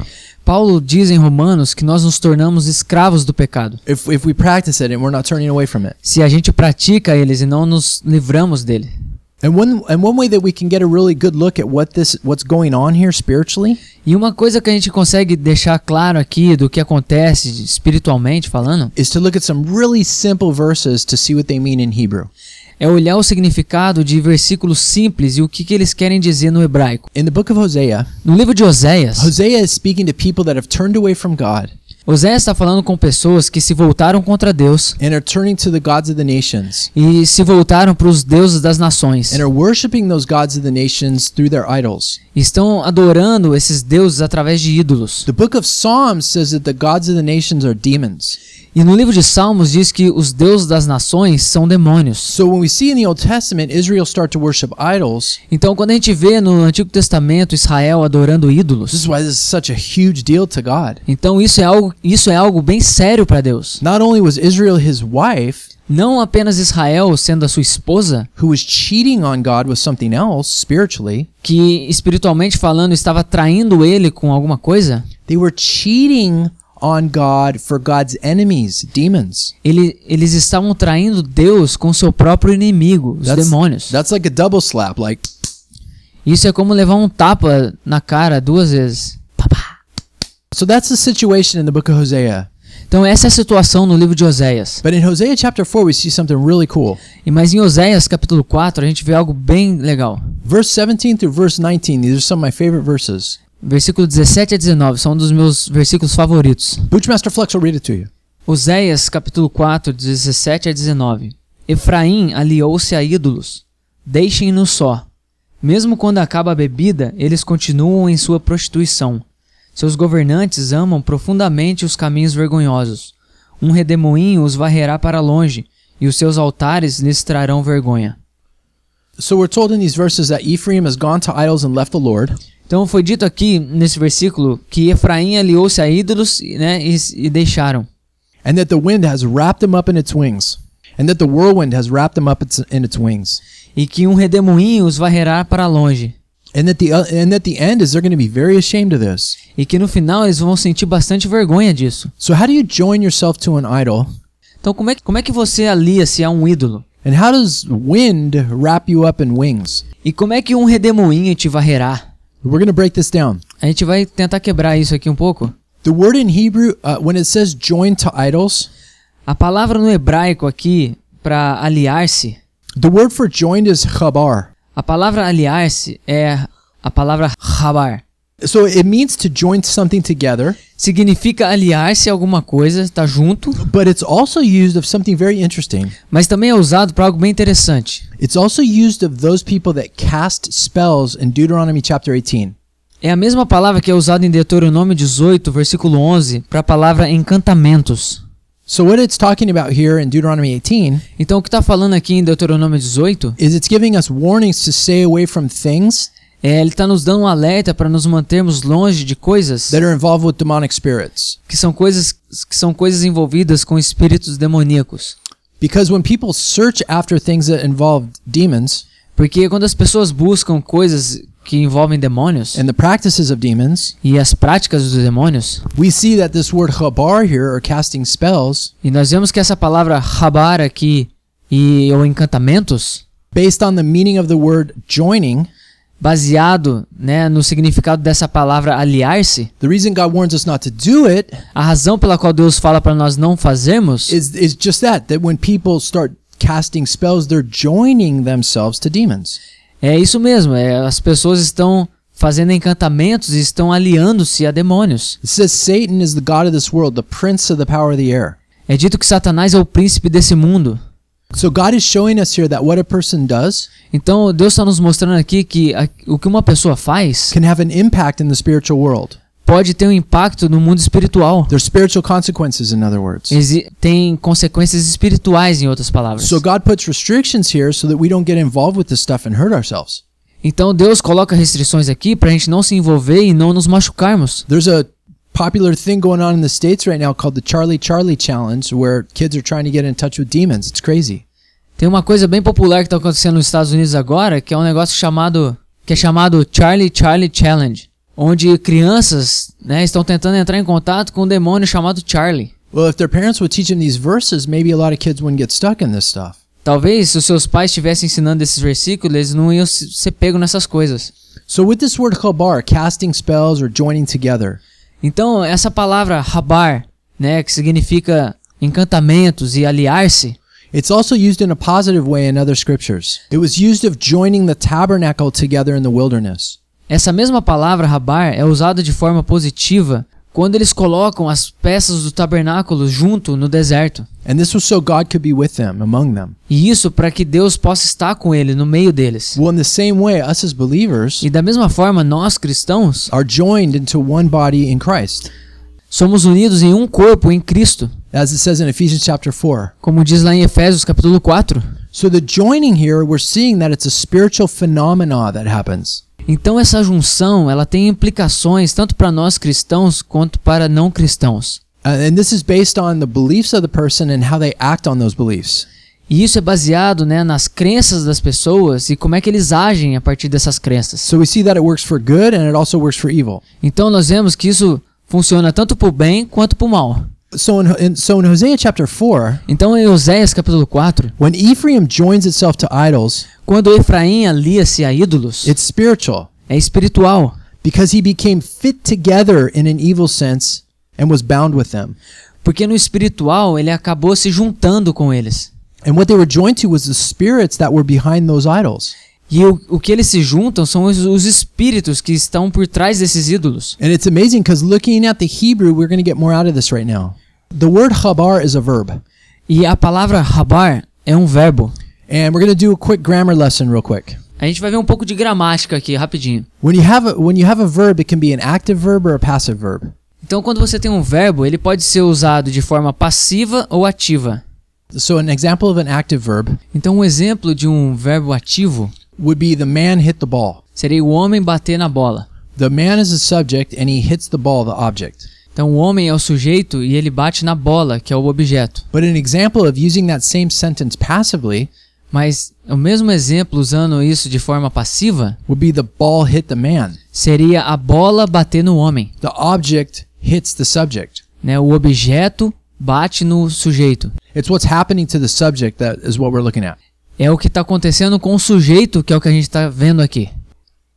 [SPEAKER 2] Paulo diz em Romanos que nós nos tornamos escravos do pecado,
[SPEAKER 1] if, if we practice it and we're not turning away from it
[SPEAKER 2] se a gente pratica eles e não nos livramos dele.
[SPEAKER 1] and one and one way that we can get a really good look at what this what's going on here spiritually
[SPEAKER 2] E uma coisa que a gente consegue deixar claro aqui do que acontece de- espiritualmente falando
[SPEAKER 1] is to look at some really simple verses to see what they mean in Hebrew.
[SPEAKER 2] é olhar o significado de versículos simples e o que, que eles querem dizer no hebraico.
[SPEAKER 1] In the book of Hosea,
[SPEAKER 2] No livro de Oséias,
[SPEAKER 1] Hosea is speaking to people that have turned away from God
[SPEAKER 2] Oséias está falando com pessoas que se voltaram contra Deus
[SPEAKER 1] and are turning to the gods of the nations
[SPEAKER 2] e se voltaram para os deuses das nações.
[SPEAKER 1] and are worshiping those gods of the nations through their idols.
[SPEAKER 2] Estão adorando esses deuses através de ídolos.
[SPEAKER 1] The book of Psalms says that the gods of the nations are demons.
[SPEAKER 2] E no livro de Salmos diz que os deuses das nações são demônios.
[SPEAKER 1] So when we see in the Old Testament Israel start to worship idols,
[SPEAKER 2] Então, quando a gente vê no Antigo Testamento Israel adorando
[SPEAKER 1] this
[SPEAKER 2] ídolos,
[SPEAKER 1] is why this is such a huge deal to God.
[SPEAKER 2] então isso é algo, isso é algo bem sério para Deus.
[SPEAKER 1] Not only was Israel his wife,
[SPEAKER 2] Não apenas Israel sendo a sua esposa,
[SPEAKER 1] who was cheating on God with something else spiritually,
[SPEAKER 2] que espiritualmente falando estava traindo ele com alguma coisa,
[SPEAKER 1] They were cheating on God for God's enemies, demons.
[SPEAKER 2] ele, eles estavam traindo Deus com seu próprio inimigo, os demônios.
[SPEAKER 1] That's like a double slap. Like,
[SPEAKER 2] Isso é como levar um tapa na cara duas vezes. Pá, pá.
[SPEAKER 1] so that's the situation in the book of Hosea.
[SPEAKER 2] Então essa é a situação no livro de Oséias.
[SPEAKER 1] But in Hosea chapter 4, we see something really cool.
[SPEAKER 2] E mas em Oséias capítulo 4 a gente vê algo bem legal.
[SPEAKER 1] Verse 17 through verse 19, these are some of my favorite verses.
[SPEAKER 2] Versículo 17 a 19 são um dos meus versículos favoritos.
[SPEAKER 1] Butchmaster Flux will read it to you.
[SPEAKER 2] Oséias capítulo 4, 17 a 19. Efraim aliou-se a ídolos. Deixem-nos só. Mesmo quando acaba a bebida, eles continuam em sua prostituição. Seus governantes amam profundamente os caminhos vergonhosos. Um redemoinho os varrerá para longe, e os seus altares lhes trarão vergonha.
[SPEAKER 1] So we're told in these verses that Ephraim has gone to idols and left the Lord.
[SPEAKER 2] Então foi dito aqui nesse versículo que Efraim aliou-se a ídolos né, e, e deixaram.
[SPEAKER 1] and that the wind has wrapped him up in its wings, and that the whirlwind has wrapped him up its, in its wings,
[SPEAKER 2] E que um redemoinho os varrerá para longe.
[SPEAKER 1] and that the uh, and that the end is they're going to be very ashamed of this.
[SPEAKER 2] E que no final eles vão sentir bastante vergonha disso.
[SPEAKER 1] So how do you join yourself to an idol,
[SPEAKER 2] Então como é, que- como é que você alia-se a um ídolo?
[SPEAKER 1] and how does wind wrap you up in wings?
[SPEAKER 2] E como é que um redemoinho te varrerá?
[SPEAKER 1] We're going to break this down.
[SPEAKER 2] A gente vai tentar quebrar isso aqui um pouco.
[SPEAKER 1] The word in Hebrew uh, when it says joined to idols,
[SPEAKER 2] A palavra no hebraico aqui para aliar-se,
[SPEAKER 1] the word for joined is chabar.
[SPEAKER 2] a palavra aliar-se é a palavra rabar.
[SPEAKER 1] So it means to join something together,
[SPEAKER 2] Significa aliar-se a alguma coisa, estar junto,
[SPEAKER 1] but it's also used of something very interesting.
[SPEAKER 2] mas também é usado para algo bem interessante.
[SPEAKER 1] It's also used of those people that cast spells in Deuteronomy chapter 18.
[SPEAKER 2] É a mesma palavra que é usada em Deuteronômio 18, versículo 11, para a palavra encantamentos.
[SPEAKER 1] So what it's talking about here in Deuteronomy 18
[SPEAKER 2] Então o que está falando aqui em Deuteronômio 18
[SPEAKER 1] is it's giving us warnings to stay away from things
[SPEAKER 2] é ele está nos dando um alerta para nos mantermos longe de coisas
[SPEAKER 1] that are involved with demonic spirits.
[SPEAKER 2] que são coisas que são coisas envolvidas com espíritos demoníacos.
[SPEAKER 1] Because when people search after things that involve demons
[SPEAKER 2] Porque quando as pessoas buscam coisas que envolvem demônios
[SPEAKER 1] and the practices of demons,
[SPEAKER 2] e as práticas dos demônios,
[SPEAKER 1] we see that this word chabar here, or casting spells,
[SPEAKER 2] e nós vemos que essa palavra rabar aqui e ou encantamentos,
[SPEAKER 1] based on the meaning of the word joining,
[SPEAKER 2] baseado, né, no significado dessa palavra aliar-se,
[SPEAKER 1] the reason God warns us not to do it
[SPEAKER 2] a razão pela qual Deus fala para nós não fazermos
[SPEAKER 1] is, is just that, that when people start casting spells, they're joining themselves to demons.
[SPEAKER 2] é isso mesmo, é, as pessoas estão fazendo encantamentos e estão aliando-se a demônios.
[SPEAKER 1] It says Satan is the God of this world, the prince of the power of the air.
[SPEAKER 2] É dito que Satanás é o príncipe desse mundo.
[SPEAKER 1] So God is showing us here that what a person does
[SPEAKER 2] Então Deus está nos mostrando aqui que a- o que uma pessoa faz
[SPEAKER 1] can have an impact in the spiritual world.
[SPEAKER 2] pode ter um impacto no mundo espiritual.
[SPEAKER 1] There's spiritual consequences, in other words.
[SPEAKER 2] Exi- tem consequências espirituais, em outras palavras.
[SPEAKER 1] So God puts restrictions here so that we don't get involved with this stuff and hurt ourselves.
[SPEAKER 2] Então Deus coloca restrições aqui para a gente não se envolver e não nos machucarmos.
[SPEAKER 1] There's a popular thing going on in the States right now called the Charlie Charlie Challenge, where kids are trying to get in touch with demons. It's crazy.
[SPEAKER 2] Tem uma coisa bem popular que está acontecendo nos Estados Unidos agora, que é um negócio chamado que é chamado Charlie Charlie Challenge, onde crianças né, estão tentando entrar em contato com um demônio chamado Charlie.
[SPEAKER 1] Well, if their parents would teach them these verses, maybe a lot of kids wouldn't get stuck in this stuff.
[SPEAKER 2] Talvez se os seus pais estivessem ensinando esses versículos, eles não iam se- ser pegos nessas coisas.
[SPEAKER 1] So with this word chabar, casting spells or joining together,
[SPEAKER 2] Então, essa palavra rabar, né, que significa encantamentos e aliar-se,
[SPEAKER 1] It's also used in a positive way in other scriptures. It was used of joining the tabernacle together in the wilderness.
[SPEAKER 2] essa mesma palavra rabar é usada de forma positiva quando eles colocam as peças do tabernáculo junto no deserto.
[SPEAKER 1] And this was so God could be with them, among them.
[SPEAKER 2] E isso para que Deus possa estar com ele no meio deles.
[SPEAKER 1] Well, in the same way, us as believers
[SPEAKER 2] E da mesma forma, nós cristãos
[SPEAKER 1] are joined into one body in Christ,
[SPEAKER 2] somos unidos em um corpo em Cristo,
[SPEAKER 1] as it says in Ephesians chapter 4.
[SPEAKER 2] como diz lá em Efésios capítulo 4.
[SPEAKER 1] So the joining here, we're seeing that it's a spiritual phenomena that happens.
[SPEAKER 2] Então essa junção, ela tem implicações tanto para nós cristãos quanto para não cristãos.
[SPEAKER 1] Uh, and this is based on the beliefs of the person and how they act on those beliefs.
[SPEAKER 2] E isso é baseado né, nas crenças das pessoas e como é que eles agem a partir dessas crenças.
[SPEAKER 1] So we see that it works for good and it also works for evil.
[SPEAKER 2] Então nós vemos que isso funciona tanto para o bem quanto para o mal.
[SPEAKER 1] So in, in, so in Hosea chapter 4,
[SPEAKER 2] Então em Oséias capítulo 4,
[SPEAKER 1] When Ephraim joins itself to idols,
[SPEAKER 2] quando Efraim alia-se a ídolos,
[SPEAKER 1] it's spiritual
[SPEAKER 2] é espiritual,
[SPEAKER 1] because he became fit together in an evil sense and was bound with them.
[SPEAKER 2] porque no espiritual ele acabou se juntando com eles.
[SPEAKER 1] And what they were joined to was the spirits that were behind those idols.
[SPEAKER 2] E o, o que eles se juntam são os, os espíritos que estão por trás desses ídolos.
[SPEAKER 1] And it's amazing because looking at the Hebrew, we're going to get more out of this right now. The word chabar is a verb.
[SPEAKER 2] E a palavra rabar é um verbo.
[SPEAKER 1] And we're going to do a quick grammar lesson real quick.
[SPEAKER 2] A A gente vai ver um pouco de gramática aqui, rapidinho.
[SPEAKER 1] When you have a, when you have a verb, it can be an active verb or a passive verb.
[SPEAKER 2] Então, quando você tem um verbo, ele pode ser usado de forma passiva ou ativa.
[SPEAKER 1] So an example of an active verb
[SPEAKER 2] Então, um exemplo de um verbo ativo
[SPEAKER 1] would be the man hit the ball.
[SPEAKER 2] seria o homem bater na bola.
[SPEAKER 1] The man is the subject and he hits the ball, the object.
[SPEAKER 2] Então, o homem é o sujeito e ele bate na bola, que é o objeto.
[SPEAKER 1] But an example of using that same sentence passively
[SPEAKER 2] Mas o mesmo exemplo usando isso de forma passiva
[SPEAKER 1] would be the ball hit the man.
[SPEAKER 2] seria a bola bater no homem,
[SPEAKER 1] The object hits the subject.
[SPEAKER 2] né? O objeto bate no sujeito.
[SPEAKER 1] It's what's happening to the subject that is what we're looking at.
[SPEAKER 2] É o que está acontecendo com o sujeito, que é o que a gente está vendo aqui.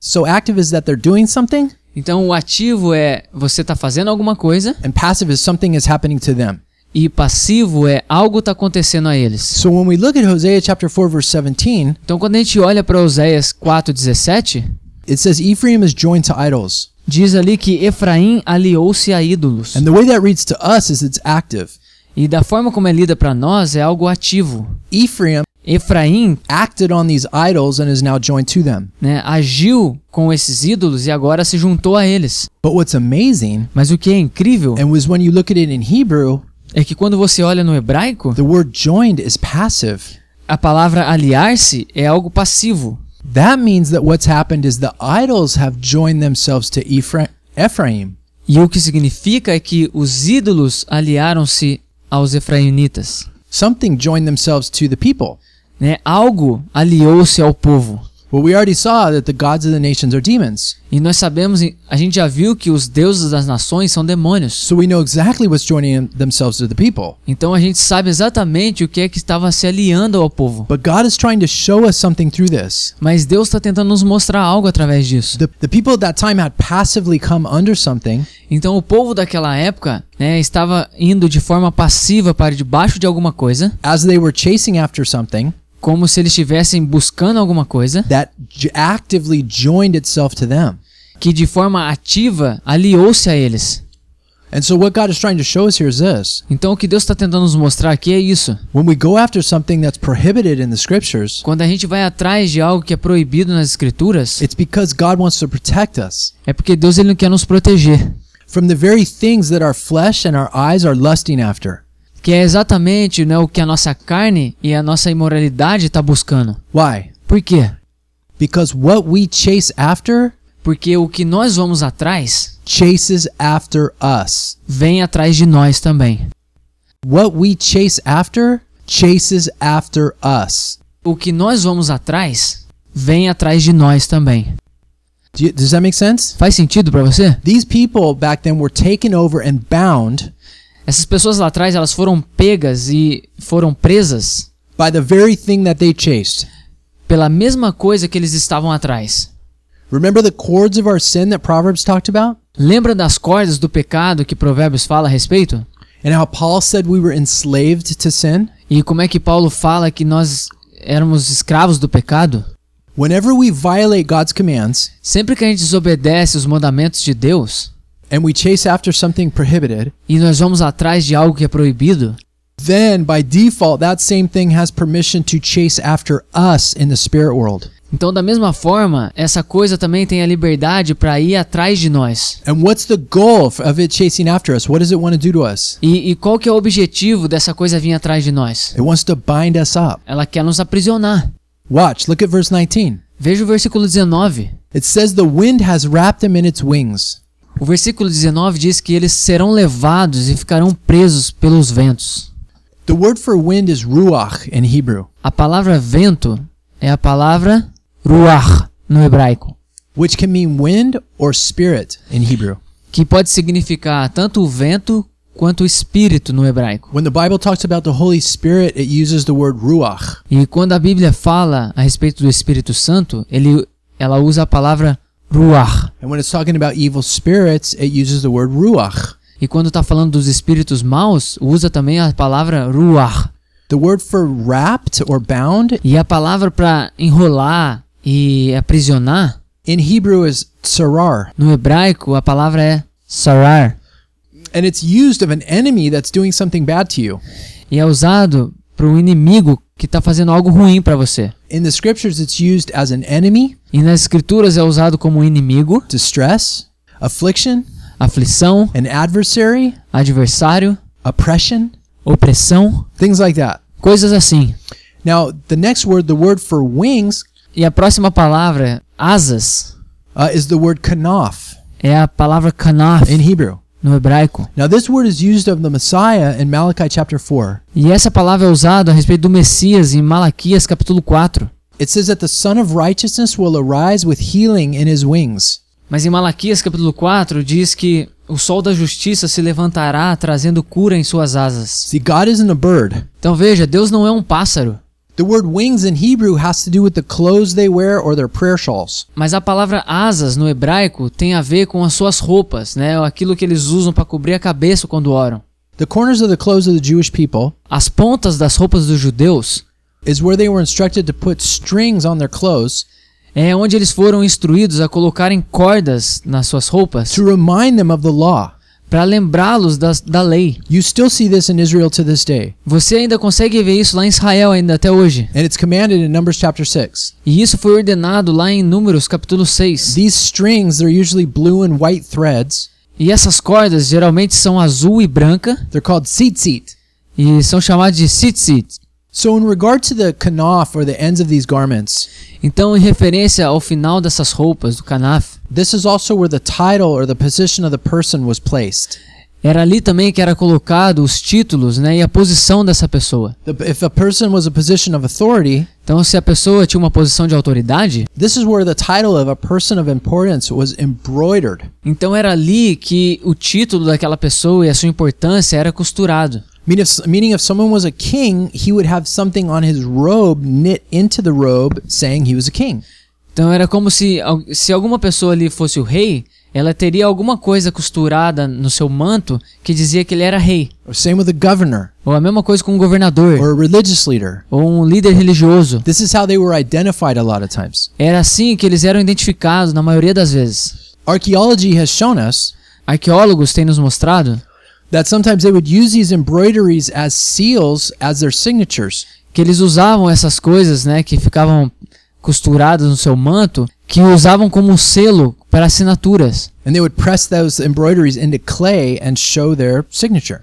[SPEAKER 1] So active is that they're doing something
[SPEAKER 2] Então, o ativo é você está fazendo alguma coisa
[SPEAKER 1] and passive is something is happening to them.
[SPEAKER 2] e passivo é algo está acontecendo a eles.
[SPEAKER 1] So when we look at Hosea chapter 4 verse 17,
[SPEAKER 2] Então, quando a gente olha para Oséias 4:17,
[SPEAKER 1] it says Ephraim is joined to idols.
[SPEAKER 2] diz ali que Efraim aliou-se a ídolos.
[SPEAKER 1] And the way that reads to us is it's active.
[SPEAKER 2] E da forma como é lida para nós é algo ativo.
[SPEAKER 1] Ephraim
[SPEAKER 2] Efraim
[SPEAKER 1] acted on these idols and is now joined to them.
[SPEAKER 2] né, agiu com esses ídolos e agora se juntou a eles.
[SPEAKER 1] But what's amazing
[SPEAKER 2] Mas o que é incrível
[SPEAKER 1] and was when you look at it in Hebrew,
[SPEAKER 2] é que quando você olha no hebraico,
[SPEAKER 1] the word joined is passive.
[SPEAKER 2] a palavra aliar-se é algo passivo.
[SPEAKER 1] That means that what's happened is the idols have joined themselves to Ephra- Ephraim.
[SPEAKER 2] E o que significa é que os ídolos aliaram-se aos efraimitas.
[SPEAKER 1] Something joined themselves to the people.
[SPEAKER 2] Né? Algo aliou-se ao povo.
[SPEAKER 1] Well, we already saw that the gods of the nations are demons.
[SPEAKER 2] E nós sabemos, a gente já viu que os deuses das nações são demônios.
[SPEAKER 1] So we know exactly what's joining them- themselves to the people.
[SPEAKER 2] Então a gente sabe exatamente o que é que estava se aliando ao povo.
[SPEAKER 1] But God is trying to show us something through this.
[SPEAKER 2] Mas Deus está tentando nos mostrar algo através disso.
[SPEAKER 1] The, the people at that time had passively come under something,
[SPEAKER 2] Então o povo daquela época né, estava indo de forma passiva para debaixo de alguma coisa,
[SPEAKER 1] as they were chasing after something
[SPEAKER 2] como se eles estivessem buscando alguma coisa,
[SPEAKER 1] that j- actively joined itself to them.
[SPEAKER 2] que de forma ativa aliou-se a eles.
[SPEAKER 1] And so, what God is trying to show us here is this
[SPEAKER 2] Então o que Deus está tentando nos mostrar aqui é isso.
[SPEAKER 1] when we go after something that's prohibited in the scriptures,
[SPEAKER 2] Quando a gente vai atrás de algo que é proibido nas escrituras,
[SPEAKER 1] it's because God wants to protect us
[SPEAKER 2] é porque Deus ele não quer nos proteger,
[SPEAKER 1] from the very things that our flesh and our eyes are lusting after.
[SPEAKER 2] que é exatamente né, o que a nossa carne e a nossa imoralidade está buscando.
[SPEAKER 1] Why?
[SPEAKER 2] Por quê?
[SPEAKER 1] Because what we chase after
[SPEAKER 2] Porque o que nós vamos atrás
[SPEAKER 1] chases after us.
[SPEAKER 2] vem atrás de nós também.
[SPEAKER 1] What we chase after chases after us.
[SPEAKER 2] O que nós vamos atrás vem atrás de nós também.
[SPEAKER 1] Do you- does that make sense?
[SPEAKER 2] Faz sentido pra você?
[SPEAKER 1] These people back then were taken over and bound
[SPEAKER 2] Essas pessoas lá atrás, elas foram pegas e foram presas
[SPEAKER 1] by the very thing that they chased.
[SPEAKER 2] pela mesma coisa que eles estavam atrás.
[SPEAKER 1] Remember the cords of our sin that Proverbs talked about?
[SPEAKER 2] Lembra das cordas do pecado que Provérbios fala a respeito?
[SPEAKER 1] And how Paul said we were enslaved to sin?
[SPEAKER 2] E como é que Paulo fala que nós éramos escravos do pecado?
[SPEAKER 1] Whenever we violate God's commands
[SPEAKER 2] Sempre que a gente desobedece os mandamentos de Deus
[SPEAKER 1] and we chase after something prohibited,
[SPEAKER 2] e nós vamos atrás de algo que é proibido,
[SPEAKER 1] then by default, that same thing has permission to chase after us in the spirit world.
[SPEAKER 2] então da mesma forma, essa coisa também tem a liberdade para ir atrás de nós.
[SPEAKER 1] And what's the goal f- of it chasing after us? What does it want to do to us?
[SPEAKER 2] E, e qual que é o objetivo dessa coisa vir atrás de nós?
[SPEAKER 1] It wants to bind us up.
[SPEAKER 2] Ela quer nos aprisionar.
[SPEAKER 1] Watch, look at verse 19.
[SPEAKER 2] Veja o versículo 19.
[SPEAKER 1] It says, The wind has wrapped him in its wings.
[SPEAKER 2] O versículo 19 diz que eles serão levados e ficarão presos pelos ventos.
[SPEAKER 1] The word for wind is ruach in Hebrew,
[SPEAKER 2] A palavra vento é a palavra ruach no hebraico,
[SPEAKER 1] which can mean wind or spirit in Hebrew.
[SPEAKER 2] que pode significar tanto o vento quanto o espírito no hebraico.
[SPEAKER 1] When the Bible talks about the Holy Spirit, it uses the word ruach.
[SPEAKER 2] E quando a Bíblia fala a respeito do Espírito Santo, ele, ela usa a palavra ruach.
[SPEAKER 1] And when it's talking about evil spirits, it uses the word ruach.
[SPEAKER 2] E quando está falando dos espíritos maus, usa também a palavra ruach.
[SPEAKER 1] The word for wrapped or bound
[SPEAKER 2] E a palavra para enrolar e aprisionar,
[SPEAKER 1] in Hebrew is sarar,
[SPEAKER 2] no hebraico a palavra é sarar.
[SPEAKER 1] and it's used of an enemy that's doing something bad to you.
[SPEAKER 2] E é usado para um inimigo que está fazendo algo ruim para você.
[SPEAKER 1] In the scriptures, it's used as an enemy,
[SPEAKER 2] E nas escrituras é usado como inimigo,
[SPEAKER 1] distress, affliction,
[SPEAKER 2] aflição,
[SPEAKER 1] an adversary,
[SPEAKER 2] adversário,
[SPEAKER 1] oppression,
[SPEAKER 2] opressão,
[SPEAKER 1] things like that.
[SPEAKER 2] coisas assim.
[SPEAKER 1] Now, the next word, the word for wings,
[SPEAKER 2] E a próxima palavra, asas,
[SPEAKER 1] uh, is the word kanaf
[SPEAKER 2] é a palavra kanaf
[SPEAKER 1] in Hebrew.
[SPEAKER 2] no hebraico.
[SPEAKER 1] Now, this word is used of the Messiah in Malachi chapter 4.
[SPEAKER 2] E essa palavra é usada a respeito do Messias em Malaquias capítulo 4.
[SPEAKER 1] It says that the Son of Righteousness will arise with healing in his wings.
[SPEAKER 2] Mas em Malaquias capítulo 4 diz que o sol da justiça se levantará trazendo cura em suas asas.
[SPEAKER 1] See, God isn't a bird.
[SPEAKER 2] Então veja, Deus não é um pássaro,
[SPEAKER 1] The word wings in Hebrew has to do with the clothes they wear or their prayer shawls.
[SPEAKER 2] mas a palavra asas no hebraico tem a ver com as suas roupas, né? Aquilo que eles usam para cobrir a cabeça quando oram.
[SPEAKER 1] The corners of the clothes of the Jewish people
[SPEAKER 2] As pontas das roupas dos judeus
[SPEAKER 1] is where they were instructed to put strings on their clothes
[SPEAKER 2] é onde eles foram instruídos a colocarem cordas nas suas roupas
[SPEAKER 1] to remind them of the law.
[SPEAKER 2] para lembrá-los das- da lei.
[SPEAKER 1] You still see this in Israel to this day,
[SPEAKER 2] Você ainda consegue ver isso lá em Israel ainda até hoje.
[SPEAKER 1] and it's commanded in Numbers chapter 6.
[SPEAKER 2] E isso foi ordenado lá em Números capítulo 6.
[SPEAKER 1] These strings, they're usually blue and white threads.
[SPEAKER 2] E essas cordas geralmente são azul e branca
[SPEAKER 1] They're called tzitzit.
[SPEAKER 2] e são chamadas de tzitzit.
[SPEAKER 1] So, in regard to the kanaf or the ends of these garments,
[SPEAKER 2] Então, em referência ao final dessas roupas do canaf,
[SPEAKER 1] this is also where the title or the position of the person was placed.
[SPEAKER 2] era ali também que era colocado os títulos, né, e a posição dessa pessoa.
[SPEAKER 1] The, if a person was a position of authority,
[SPEAKER 2] Então, se a pessoa tinha uma posição de autoridade,
[SPEAKER 1] this is where the title of a person of importance was embroidered,
[SPEAKER 2] então era ali que o título daquela pessoa e a sua importância era costurado.
[SPEAKER 1] meaning if, meaning if someone was a king, he would have something on his robe knit into the robe saying he was a king.
[SPEAKER 2] Então era como se al- se alguma pessoa ali fosse o rei, ela teria alguma coisa costurada no seu manto que dizia que ele era rei.
[SPEAKER 1] Or same with a governor
[SPEAKER 2] Ou a mesma coisa com um governador.
[SPEAKER 1] or a religious leader.
[SPEAKER 2] ou um líder religioso.
[SPEAKER 1] This is how they were identified a lot of times.
[SPEAKER 2] Era assim que eles eram identificados na maioria das vezes.
[SPEAKER 1] Archaeology has shown us
[SPEAKER 2] Arqueólogos têm nos mostrado
[SPEAKER 1] that sometimes they would use these embroideries as seals as their signatures.
[SPEAKER 2] que eles usavam essas coisas, né, que ficavam costuradas no seu manto, que usavam como um selo para assinaturas.
[SPEAKER 1] And they would press those embroideries into clay and show their signature.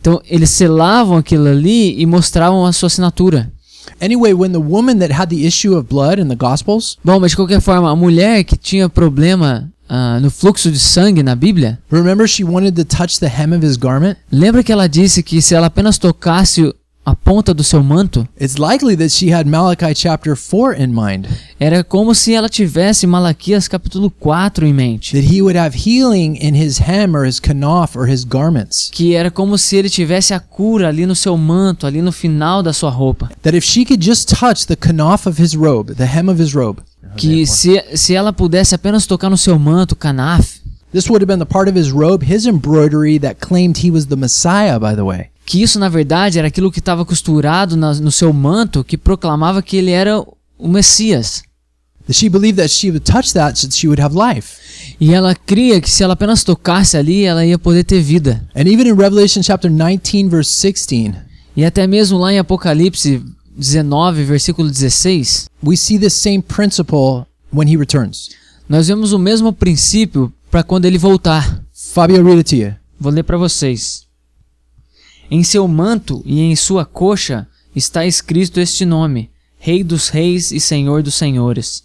[SPEAKER 2] Então eles selavam aquilo ali e mostravam a sua assinatura.
[SPEAKER 1] Anyway, when the woman that had the issue of blood in the Gospels,
[SPEAKER 2] Bom, mas de qualquer forma, a mulher que tinha problema ah, no fluxo de sangue na Bíblia,
[SPEAKER 1] remember she wanted to touch the hem of his garment?
[SPEAKER 2] lembra que ela disse que se ela apenas tocasse a ponta do seu manto,
[SPEAKER 1] It's likely that she had Malachi chapter 4 in mind,
[SPEAKER 2] Era como se ela tivesse Malaquias capítulo 4 em mente.
[SPEAKER 1] that he would have healing in his hem or his kanaf or his garments.
[SPEAKER 2] Que era como se ele tivesse a cura ali no seu manto, ali no final da sua roupa.
[SPEAKER 1] That if she could just touch the kanaf of his robe, the hem of his robe,
[SPEAKER 2] Que se, se ela pudesse apenas tocar no seu manto, canaf,
[SPEAKER 1] This would have been the part of his robe, his embroidery that claimed he was the Messiah, by the way.
[SPEAKER 2] que isso na verdade era aquilo que estava costurado na- no seu manto que proclamava que ele era o Messias.
[SPEAKER 1] That she believed that she would touch that, that she would have life.
[SPEAKER 2] E ela cria que se ela apenas tocasse ali, ela ia poder ter vida.
[SPEAKER 1] And even in Revelation chapter 19, verse 16,
[SPEAKER 2] E até mesmo lá em Apocalipse 19, versículo 16,
[SPEAKER 1] we see this same principle when he returns.
[SPEAKER 2] nós vemos o mesmo princípio para quando ele voltar.
[SPEAKER 1] Fabio, read it to you.
[SPEAKER 2] Vou ler para vocês. Em seu manto e em sua coxa está escrito este nome: Rei dos Reis e Senhor dos Senhores.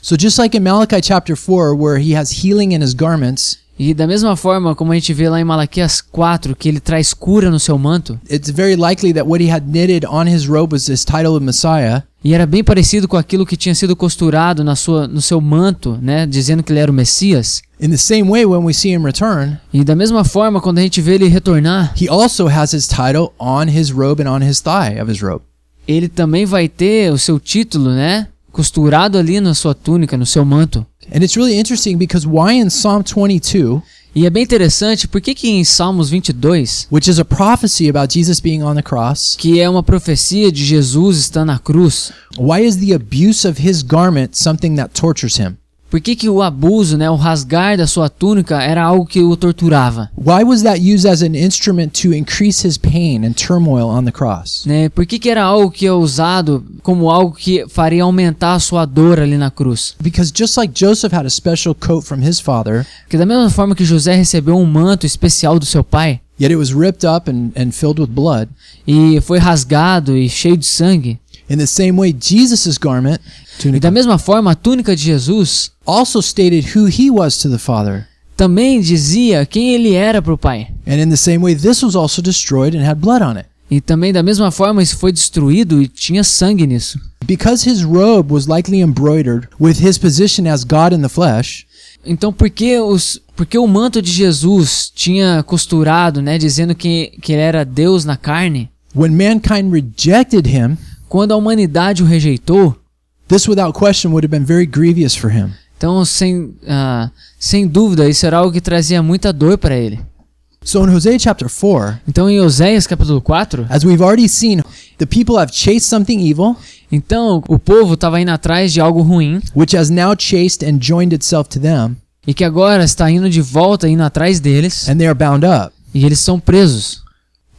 [SPEAKER 1] So, just like in Malachi chapter 4, where he has healing in his garments,
[SPEAKER 2] E da mesma forma como a gente vê lá em Malaquias 4 que ele traz cura no seu manto,
[SPEAKER 1] it's very likely that what he had knitted on his robe was this title of Messiah.
[SPEAKER 2] e era bem parecido com aquilo que tinha sido costurado na sua, no seu manto, né, dizendo que ele era o Messias.
[SPEAKER 1] In the same way, when we see him return,
[SPEAKER 2] E da mesma forma quando a gente vê ele retornar,
[SPEAKER 1] he also has his title on his robe and on his thigh of his robe.
[SPEAKER 2] ele também vai ter o seu título, né, costurado ali na sua túnica, no seu manto.
[SPEAKER 1] And it's really interesting because why in Psalm 22,
[SPEAKER 2] E é bem interessante, por que que em Salmos 22,
[SPEAKER 1] which is a prophecy about Jesus being on the cross,
[SPEAKER 2] que é uma profecia de Jesus estar na cruz,
[SPEAKER 1] why is the abuse of his garment something that tortures him?
[SPEAKER 2] Por que, que o abuso, né, o rasgar da sua túnica era algo que o torturava?
[SPEAKER 1] Why was that used as an instrument to increase his pain and turmoil on the cross?
[SPEAKER 2] Né? Por que, que era algo que é usado como algo que faria aumentar a sua dor ali na cruz?
[SPEAKER 1] Because just like Joseph had a special coat from his father,
[SPEAKER 2] Porque da mesma forma que José recebeu um manto especial do seu pai
[SPEAKER 1] yet it was ripped up and, and filled with blood,
[SPEAKER 2] e foi rasgado e cheio de sangue,
[SPEAKER 1] in the same way, Jesus' garment
[SPEAKER 2] e da
[SPEAKER 1] tunica,
[SPEAKER 2] mesma forma a túnica de Jesus
[SPEAKER 1] also stated who he was to the Father.
[SPEAKER 2] também dizia quem ele era para o pai.
[SPEAKER 1] And in the same way, this was also destroyed and had blood on it.
[SPEAKER 2] E também da mesma forma isso foi destruído e tinha sangue nisso.
[SPEAKER 1] Because his robe was likely embroidered with his position as God in the flesh,
[SPEAKER 2] Então por que os por que o manto de Jesus tinha costurado, né, dizendo que, que ele era Deus na carne?
[SPEAKER 1] when mankind rejected him,
[SPEAKER 2] Quando a humanidade o rejeitou,
[SPEAKER 1] this without question would have been very grievous for him.
[SPEAKER 2] então sem ah, sem dúvida isso era algo que trazia muita dor para ele.
[SPEAKER 1] So in Hosea chapter 4,
[SPEAKER 2] Então em Oséias capítulo 4,
[SPEAKER 1] as we've already seen, the people have chased something evil,
[SPEAKER 2] então o povo estava indo atrás de algo ruim
[SPEAKER 1] which has now chased and joined itself to them,
[SPEAKER 2] e que agora está indo de volta indo atrás deles
[SPEAKER 1] and they are bound up.
[SPEAKER 2] e eles são presos.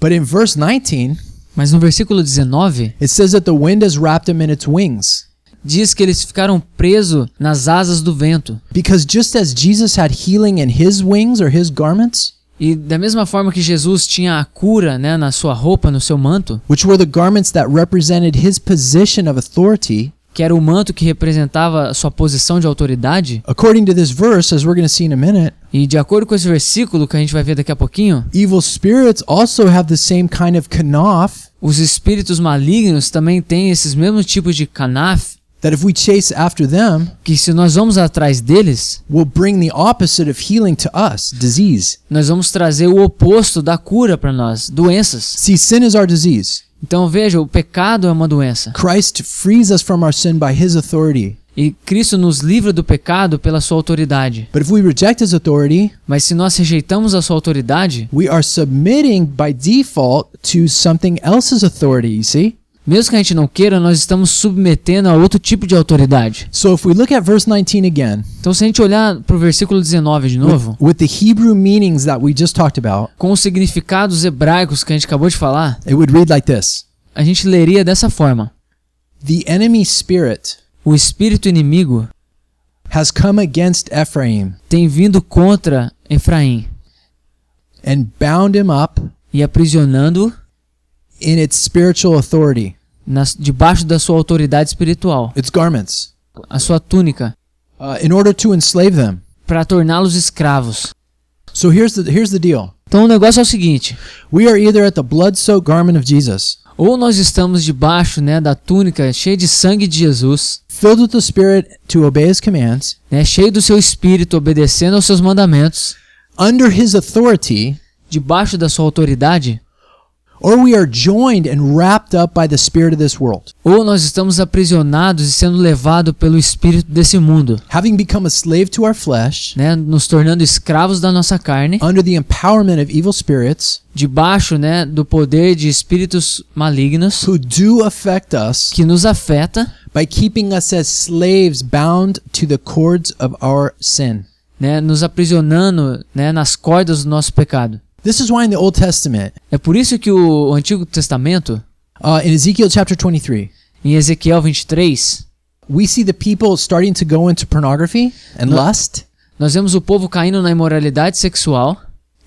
[SPEAKER 1] But in verse 19,
[SPEAKER 2] Mas no versículo 19
[SPEAKER 1] it says that the wind has wrapped him in its wings.
[SPEAKER 2] diz que eles ficaram presos nas asas do vento.
[SPEAKER 1] Because just as Jesus had healing in his wings or his garments,
[SPEAKER 2] E da mesma forma que Jesus tinha a cura né, na sua roupa, no seu manto,
[SPEAKER 1] which were the garments that represented his position of authority,
[SPEAKER 2] que era o manto que representava a sua posição de autoridade,
[SPEAKER 1] according to this verse, as we're going to see in a minute,
[SPEAKER 2] e de acordo com esse versículo que a gente vai ver daqui a pouquinho,
[SPEAKER 1] evil spirits also have the same kind of kanaf
[SPEAKER 2] os espíritos malignos também têm esses mesmos tipos de canaf,
[SPEAKER 1] that if we chase after them,
[SPEAKER 2] que se nós vamos atrás deles,
[SPEAKER 1] will bring the opposite of healing to us, disease.
[SPEAKER 2] nós vamos trazer o oposto da cura para nós, doenças.
[SPEAKER 1] See, sin is our disease.
[SPEAKER 2] Então veja, o pecado é uma doença.
[SPEAKER 1] Christ frees us from our sin by his authority.
[SPEAKER 2] E Cristo nos livra do pecado pela sua autoridade.
[SPEAKER 1] But if we reject his authority,
[SPEAKER 2] Mas se nós rejeitamos a sua autoridade,
[SPEAKER 1] we are submitting by default to something else's authority, you see?
[SPEAKER 2] Mesmo que a gente não queira, nós estamos submetendo a outro tipo de autoridade.
[SPEAKER 1] So if we look at verse 19 again,
[SPEAKER 2] Então, se a gente olhar para o versículo 19 de novo,
[SPEAKER 1] with, with the Hebrew meanings that we just talked about,
[SPEAKER 2] com os significados hebraicos que a gente acabou de falar,
[SPEAKER 1] it would read like this
[SPEAKER 2] a gente leria dessa forma:
[SPEAKER 1] The enemy spirit
[SPEAKER 2] O espírito inimigo
[SPEAKER 1] has come against Ephraim
[SPEAKER 2] tem vindo contra Efraim
[SPEAKER 1] and bound him up
[SPEAKER 2] e aprisionando-o
[SPEAKER 1] in its spiritual authority,
[SPEAKER 2] nas- debaixo da sua autoridade espiritual,
[SPEAKER 1] its garments,
[SPEAKER 2] a sua túnica,
[SPEAKER 1] uh, in order to enslave them.
[SPEAKER 2] para torná-los escravos.
[SPEAKER 1] So here's the here's the deal.
[SPEAKER 2] Então, o negócio é o seguinte:
[SPEAKER 1] We are either at the blood-soaked garment of Jesus,
[SPEAKER 2] ou nós estamos debaixo né, da túnica cheia de sangue de Jesus.
[SPEAKER 1] filled with the Spirit to obey His commands,
[SPEAKER 2] né, cheio do seu espírito, obedecendo aos seus mandamentos,
[SPEAKER 1] under His authority,
[SPEAKER 2] debaixo da sua autoridade,
[SPEAKER 1] or we are joined and wrapped up by the spirit of this world,
[SPEAKER 2] ou nós estamos aprisionados e sendo levados pelo espírito desse mundo,
[SPEAKER 1] having become a slave to our flesh,
[SPEAKER 2] né, nos tornando escravos da nossa carne,
[SPEAKER 1] under the empowerment of evil spirits
[SPEAKER 2] debaixo, né, do poder de espíritos malignos
[SPEAKER 1] who do affect us
[SPEAKER 2] que nos afeta,
[SPEAKER 1] by keeping us as slaves bound to the cords of our sin.
[SPEAKER 2] né, nos aprisionando, né, nas cordas do nosso pecado.
[SPEAKER 1] This is why in the Old Testament,
[SPEAKER 2] É por isso que o Antigo Testamento,
[SPEAKER 1] uh, in Ezekiel chapter 23,
[SPEAKER 2] em Ezequiel 23,
[SPEAKER 1] we see the people starting to go into pornography and
[SPEAKER 2] No.
[SPEAKER 1] lust.
[SPEAKER 2] nós vemos o povo caindo na imoralidade sexual.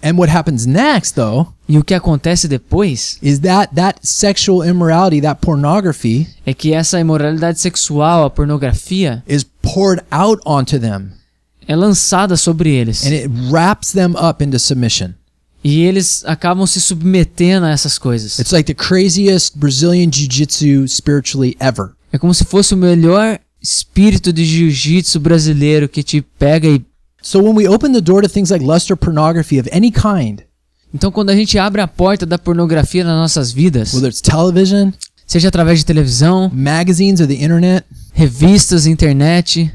[SPEAKER 1] And what happens next, though,
[SPEAKER 2] E o que acontece depois
[SPEAKER 1] is that that sexual immorality, that pornography,
[SPEAKER 2] é que essa imoralidade sexual, a pornografia,
[SPEAKER 1] is poured out onto them
[SPEAKER 2] é lançada sobre eles.
[SPEAKER 1] and it wraps them up into submission.
[SPEAKER 2] E eles acabam se submetendo a essas coisas.
[SPEAKER 1] It's like the craziest Brazilian jiu jitsu spiritually ever.
[SPEAKER 2] É como se fosse o melhor espírito de jiu-jitsu brasileiro que te pega e.
[SPEAKER 1] So when we open the door to things like lust or pornography of any kind,
[SPEAKER 2] Então, quando a gente abre a porta da pornografia nas nossas vidas,
[SPEAKER 1] whether it's television,
[SPEAKER 2] seja através de televisão,
[SPEAKER 1] magazines, or the internet,
[SPEAKER 2] revistas, internet,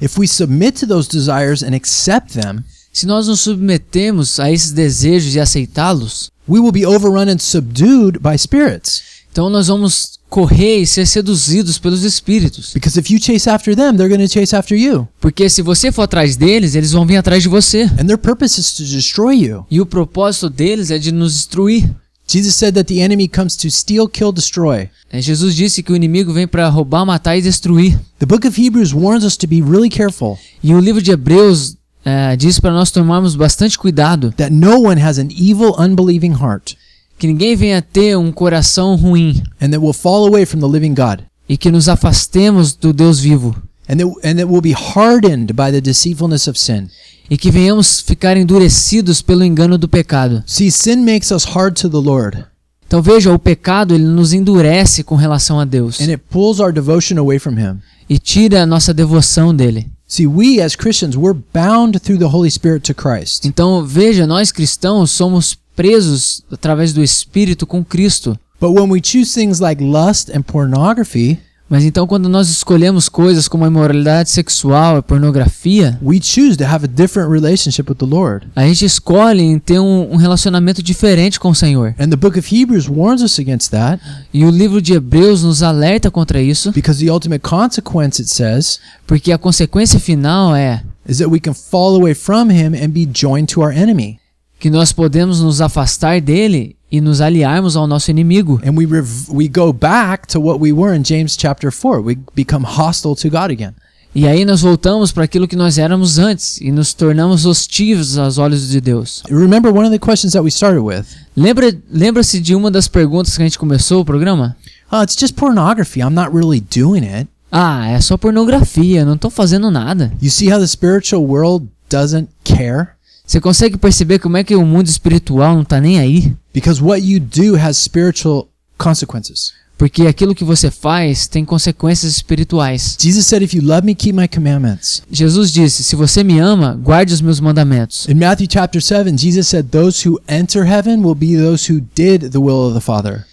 [SPEAKER 1] if we submit to those desires and accept them,
[SPEAKER 2] se nós nos submetemos a esses desejos e aceitá-los,
[SPEAKER 1] we will be overrun and subdued by spirits.
[SPEAKER 2] então nós vamos correr e ser seduzidos pelos espíritos.
[SPEAKER 1] Because if you chase after them, they're going to chase after you.
[SPEAKER 2] Porque se você for atrás deles, eles vão vir atrás de você.
[SPEAKER 1] And their purpose is to destroy you.
[SPEAKER 2] E o propósito deles é de nos destruir.
[SPEAKER 1] Jesus said that the enemy comes to steal, kill, destroy.
[SPEAKER 2] É, Jesus disse que o inimigo vem para roubar, matar e destruir.
[SPEAKER 1] The book of Hebrews warns us to be really careful
[SPEAKER 2] E o livro de Hebreus é, diz para nós tomarmos bastante cuidado,
[SPEAKER 1] that no one has an evil, unbelieving heart
[SPEAKER 2] que ninguém venha ter um coração ruim
[SPEAKER 1] and that will fall away from the living God
[SPEAKER 2] e que nos afastemos do Deus vivo
[SPEAKER 1] and that, and that will be hardened by the deceitfulness of sin.
[SPEAKER 2] e que venhamos ficar endurecidos pelo engano do pecado.
[SPEAKER 1] See, sin makes us hard to the Lord
[SPEAKER 2] Então veja, o pecado ele nos endurece com relação a Deus
[SPEAKER 1] and it pulls our devotion away from Him.
[SPEAKER 2] e tira a nossa devoção dele.
[SPEAKER 1] See, we as Christians, we're bound through the Holy Spirit to Christ.
[SPEAKER 2] Então veja, nós cristãos somos presos através do Espírito com Cristo.
[SPEAKER 1] But when we choose things like lust and pornography,
[SPEAKER 2] Mas então quando nós escolhemos coisas como a imoralidade sexual, a pornografia,
[SPEAKER 1] we choose to have a different relationship with the Lord.
[SPEAKER 2] a gente escolhe em ter um, um relacionamento diferente com o Senhor.
[SPEAKER 1] And the book of Hebrews warns us against that
[SPEAKER 2] E o livro de Hebreus nos alerta contra isso,
[SPEAKER 1] because the ultimate consequence, it says,
[SPEAKER 2] porque a consequência final é
[SPEAKER 1] is that we can fall away from Him and be joined to our enemy.
[SPEAKER 2] que nós podemos nos afastar dele e nos aliarmos ao nosso inimigo.
[SPEAKER 1] And we, rev- we go back to what we were in James chapter 4. We become hostile to God again.
[SPEAKER 2] E aí nós voltamos para aquilo que nós éramos antes e nos tornamos hostis aos olhos de Deus.
[SPEAKER 1] Remember one of the questions that we started with?
[SPEAKER 2] Lembra, lembra-se de uma das perguntas que a gente começou o programa?
[SPEAKER 1] Oh, it's just pornography. I'm not really doing it.
[SPEAKER 2] Ah, é só pornografia, não tô fazendo nada.
[SPEAKER 1] You see how the spiritual world doesn't care?
[SPEAKER 2] Você consegue perceber como é que o mundo espiritual não tá nem aí?
[SPEAKER 1] Because what you do has spiritual consequences.
[SPEAKER 2] Porque aquilo que você faz tem consequências espirituais.
[SPEAKER 1] Jesus said, If you love me, keep my commandments.
[SPEAKER 2] Jesus disse: Se você me ama, guarde os meus mandamentos.
[SPEAKER 1] In Matthew chapter 7, Jesus said, Those who enter heaven will be those who did the will of the Father.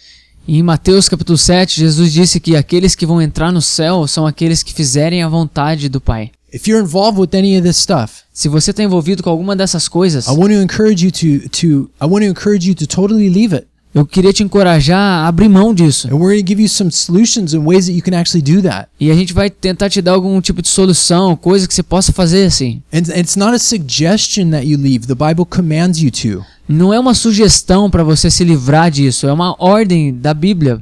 [SPEAKER 2] E em Mateus capítulo 7, Jesus disse que aqueles que vão entrar no céu são aqueles que fizerem a vontade do Pai.
[SPEAKER 1] If you're involved with any of this stuff,
[SPEAKER 2] Se você está envolvido com alguma dessas coisas,
[SPEAKER 1] I want to encourage you to, to I want to encourage you to totally leave it.
[SPEAKER 2] eu queria te encorajar a abrir mão disso.
[SPEAKER 1] And we're going to give you some solutions and ways that you can actually do that.
[SPEAKER 2] E a gente vai tentar te dar algum tipo de solução, coisa que você possa fazer assim.
[SPEAKER 1] And it's not a suggestion that you leave. The Bible commands you to.
[SPEAKER 2] Não é uma sugestão para você se livrar disso, é uma ordem da Bíblia.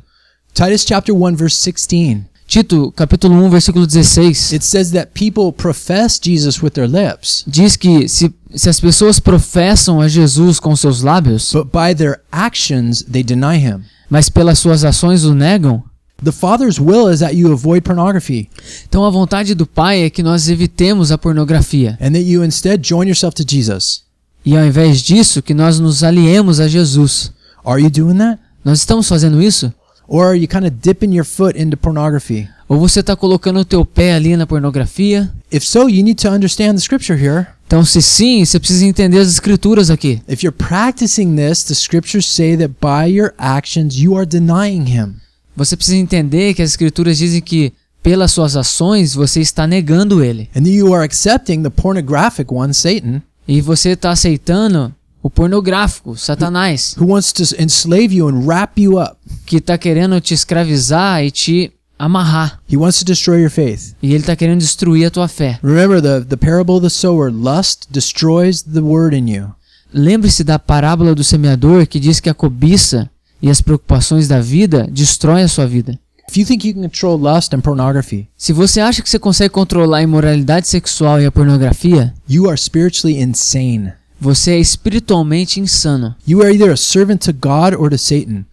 [SPEAKER 1] Titus chapter 1 verse 16.
[SPEAKER 2] Tito, capítulo 1, versículo 16,
[SPEAKER 1] It says that people profess Jesus with their lips,
[SPEAKER 2] diz que se, se as pessoas professam a Jesus com seus lábios,
[SPEAKER 1] but by their actions they deny him.
[SPEAKER 2] mas pelas suas ações o negam,
[SPEAKER 1] The Father's will is that you avoid pornography
[SPEAKER 2] então a vontade do Pai é que nós evitemos a pornografia.
[SPEAKER 1] and that you instead join yourself to Jesus.
[SPEAKER 2] E ao invés disso, que nós nos aliemos a Jesus.
[SPEAKER 1] Are you doing that?
[SPEAKER 2] Nós estamos fazendo isso?
[SPEAKER 1] Or are you kind of dipping your foot into pornography?
[SPEAKER 2] Ou você está colocando o teu pé ali na pornografia?
[SPEAKER 1] If so, you need to understand the scripture here.
[SPEAKER 2] Então, se sim, você precisa entender as escrituras aqui.
[SPEAKER 1] If you're practicing this, the scriptures say that by your actions you are denying him.
[SPEAKER 2] Você precisa entender que as escrituras dizem que pelas suas ações você está negando ele.
[SPEAKER 1] And that you are accepting the pornographic one, Satan,
[SPEAKER 2] E você está aceitando o pornográfico, Satanás,
[SPEAKER 1] who wants to enslave you and wrap you up.
[SPEAKER 2] que está querendo te escravizar e te amarrar.
[SPEAKER 1] He wants to destroy your faith.
[SPEAKER 2] E ele está querendo destruir a tua fé.
[SPEAKER 1] Remember the, the parable of the sower lust destroys the word in you.
[SPEAKER 2] Lembre-se da parábola do semeador que diz que a cobiça e as preocupações da vida destroem a sua vida.
[SPEAKER 1] If you think you can control lust and pornography,
[SPEAKER 2] Se você acha que você consegue controlar a imoralidade sexual e a pornografia,
[SPEAKER 1] you are spiritually insane.
[SPEAKER 2] você é espiritualmente insano.
[SPEAKER 1] You are either a servant to God or to Satan.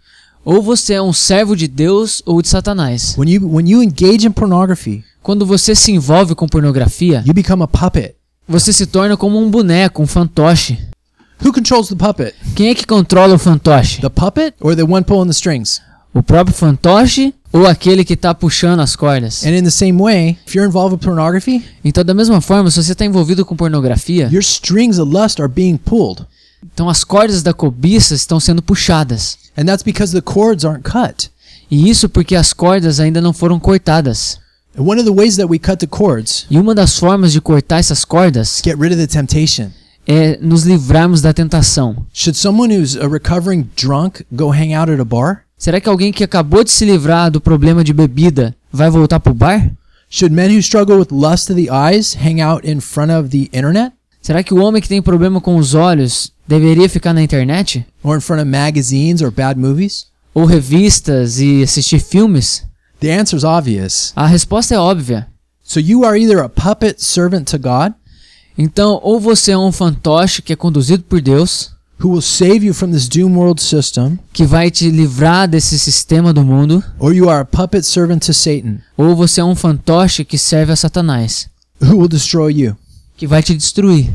[SPEAKER 2] Ou você é um servo de Deus ou de Satanás.
[SPEAKER 1] When you when you engage in pornography,
[SPEAKER 2] Quando você se envolve com pornografia,
[SPEAKER 1] you become a puppet.
[SPEAKER 2] você se torna como um boneco, um fantoche.
[SPEAKER 1] Who controls the puppet?
[SPEAKER 2] Quem é que controla o fantoche?
[SPEAKER 1] The puppet or the one pulling the strings?
[SPEAKER 2] O próprio fantoche ou aquele que está puxando as cordas?
[SPEAKER 1] And in the same way, if you're involved with pornography,
[SPEAKER 2] Então, da mesma forma, se você está envolvido com pornografia,
[SPEAKER 1] your strings of lust are being pulled.
[SPEAKER 2] então as cordas da cobiça estão sendo puxadas.
[SPEAKER 1] And that's because the cords aren't cut.
[SPEAKER 2] E isso porque as cordas ainda não foram cortadas.
[SPEAKER 1] And one of the ways that we cut the cords,
[SPEAKER 2] E uma das formas de cortar essas cordas
[SPEAKER 1] get rid of the temptation.
[SPEAKER 2] é nos livrarmos da tentação.
[SPEAKER 1] Should someone who's a recovering drunk go hang out at a bar?
[SPEAKER 2] Será que alguém que acabou de se livrar do problema de bebida vai voltar pro bar?
[SPEAKER 1] Should men who struggle with lust of the eyes hang out in front of the internet
[SPEAKER 2] Será que o homem que tem problema com os olhos deveria ficar na internet?
[SPEAKER 1] or in front of magazines or bad movies?
[SPEAKER 2] Ou revistas e assistir filmes?
[SPEAKER 1] The answer's obvious.
[SPEAKER 2] A resposta é óbvia.
[SPEAKER 1] So you are either a puppet servant to God
[SPEAKER 2] Então, ou você é um fantoche que é conduzido por Deus,
[SPEAKER 1] who will save you from this doom world system,
[SPEAKER 2] que vai te livrar desse sistema do mundo,
[SPEAKER 1] or you are a puppet servant to Satan
[SPEAKER 2] ou você é um fantoche que serve a Satanás,
[SPEAKER 1] who will destroy you.
[SPEAKER 2] que vai te destruir.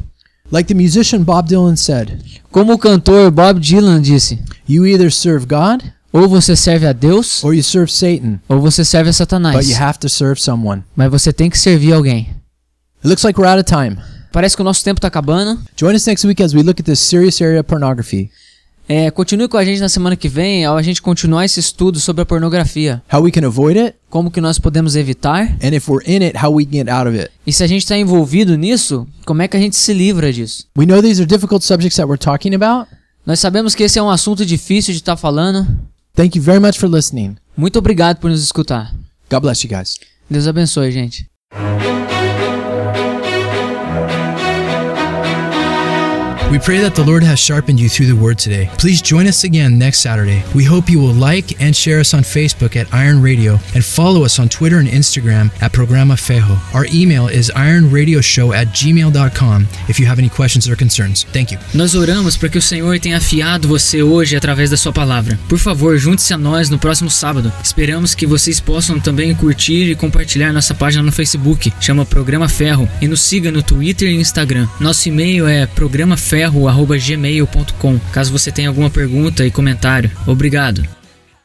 [SPEAKER 1] Like the musician Bob Dylan said,
[SPEAKER 2] Como o cantor Bob Dylan disse,
[SPEAKER 1] you either serve God
[SPEAKER 2] ou você serve a Deus,
[SPEAKER 1] or you serve Satan,
[SPEAKER 2] ou você serve a
[SPEAKER 1] but
[SPEAKER 2] Satanás.
[SPEAKER 1] you have to serve someone.
[SPEAKER 2] Mas você tem que servir alguém.
[SPEAKER 1] It looks like we're out of time.
[SPEAKER 2] Parece que o nosso tempo tá acabando.
[SPEAKER 1] Join us next week as we look at this serious area of pornography,
[SPEAKER 2] É, continue com a gente na semana que vem ao a gente continuar esse estudo sobre a pornografia.
[SPEAKER 1] how we can avoid it,
[SPEAKER 2] Como que nós podemos evitar?
[SPEAKER 1] and if we're in it, how we can get out of it.
[SPEAKER 2] E se a gente está envolvido nisso, como é que a gente se livra disso?
[SPEAKER 1] We know these are difficult subjects that we're talking about.
[SPEAKER 2] Nós sabemos que esse é um assunto difícil de estar falando.
[SPEAKER 1] Thank you very much for listening.
[SPEAKER 2] Muito obrigado por nos escutar.
[SPEAKER 1] God bless you guys.
[SPEAKER 2] Deus abençoe, gente.
[SPEAKER 1] We pray that the Lord has sharpened you through the word today. Please join us again next Saturday. We hope you will like and share us on Facebook at Iron Radio and follow us on Twitter and Instagram at Programa Fejo. Our email is ironradioshow at gmail.com if you have any questions or concerns. Thank you.
[SPEAKER 2] Nós oramos para que o Senhor tenha afiado você hoje através da sua palavra. Por favor, junte-se a nós no próximo sábado. Esperamos que vocês possam também curtir e compartilhar nossa página no Facebook, chama Programa Ferro, e nos siga no Twitter e Instagram. Nosso e-mail é programaferro@gmail.com. Caso você tenha alguma pergunta e comentário. Obrigado.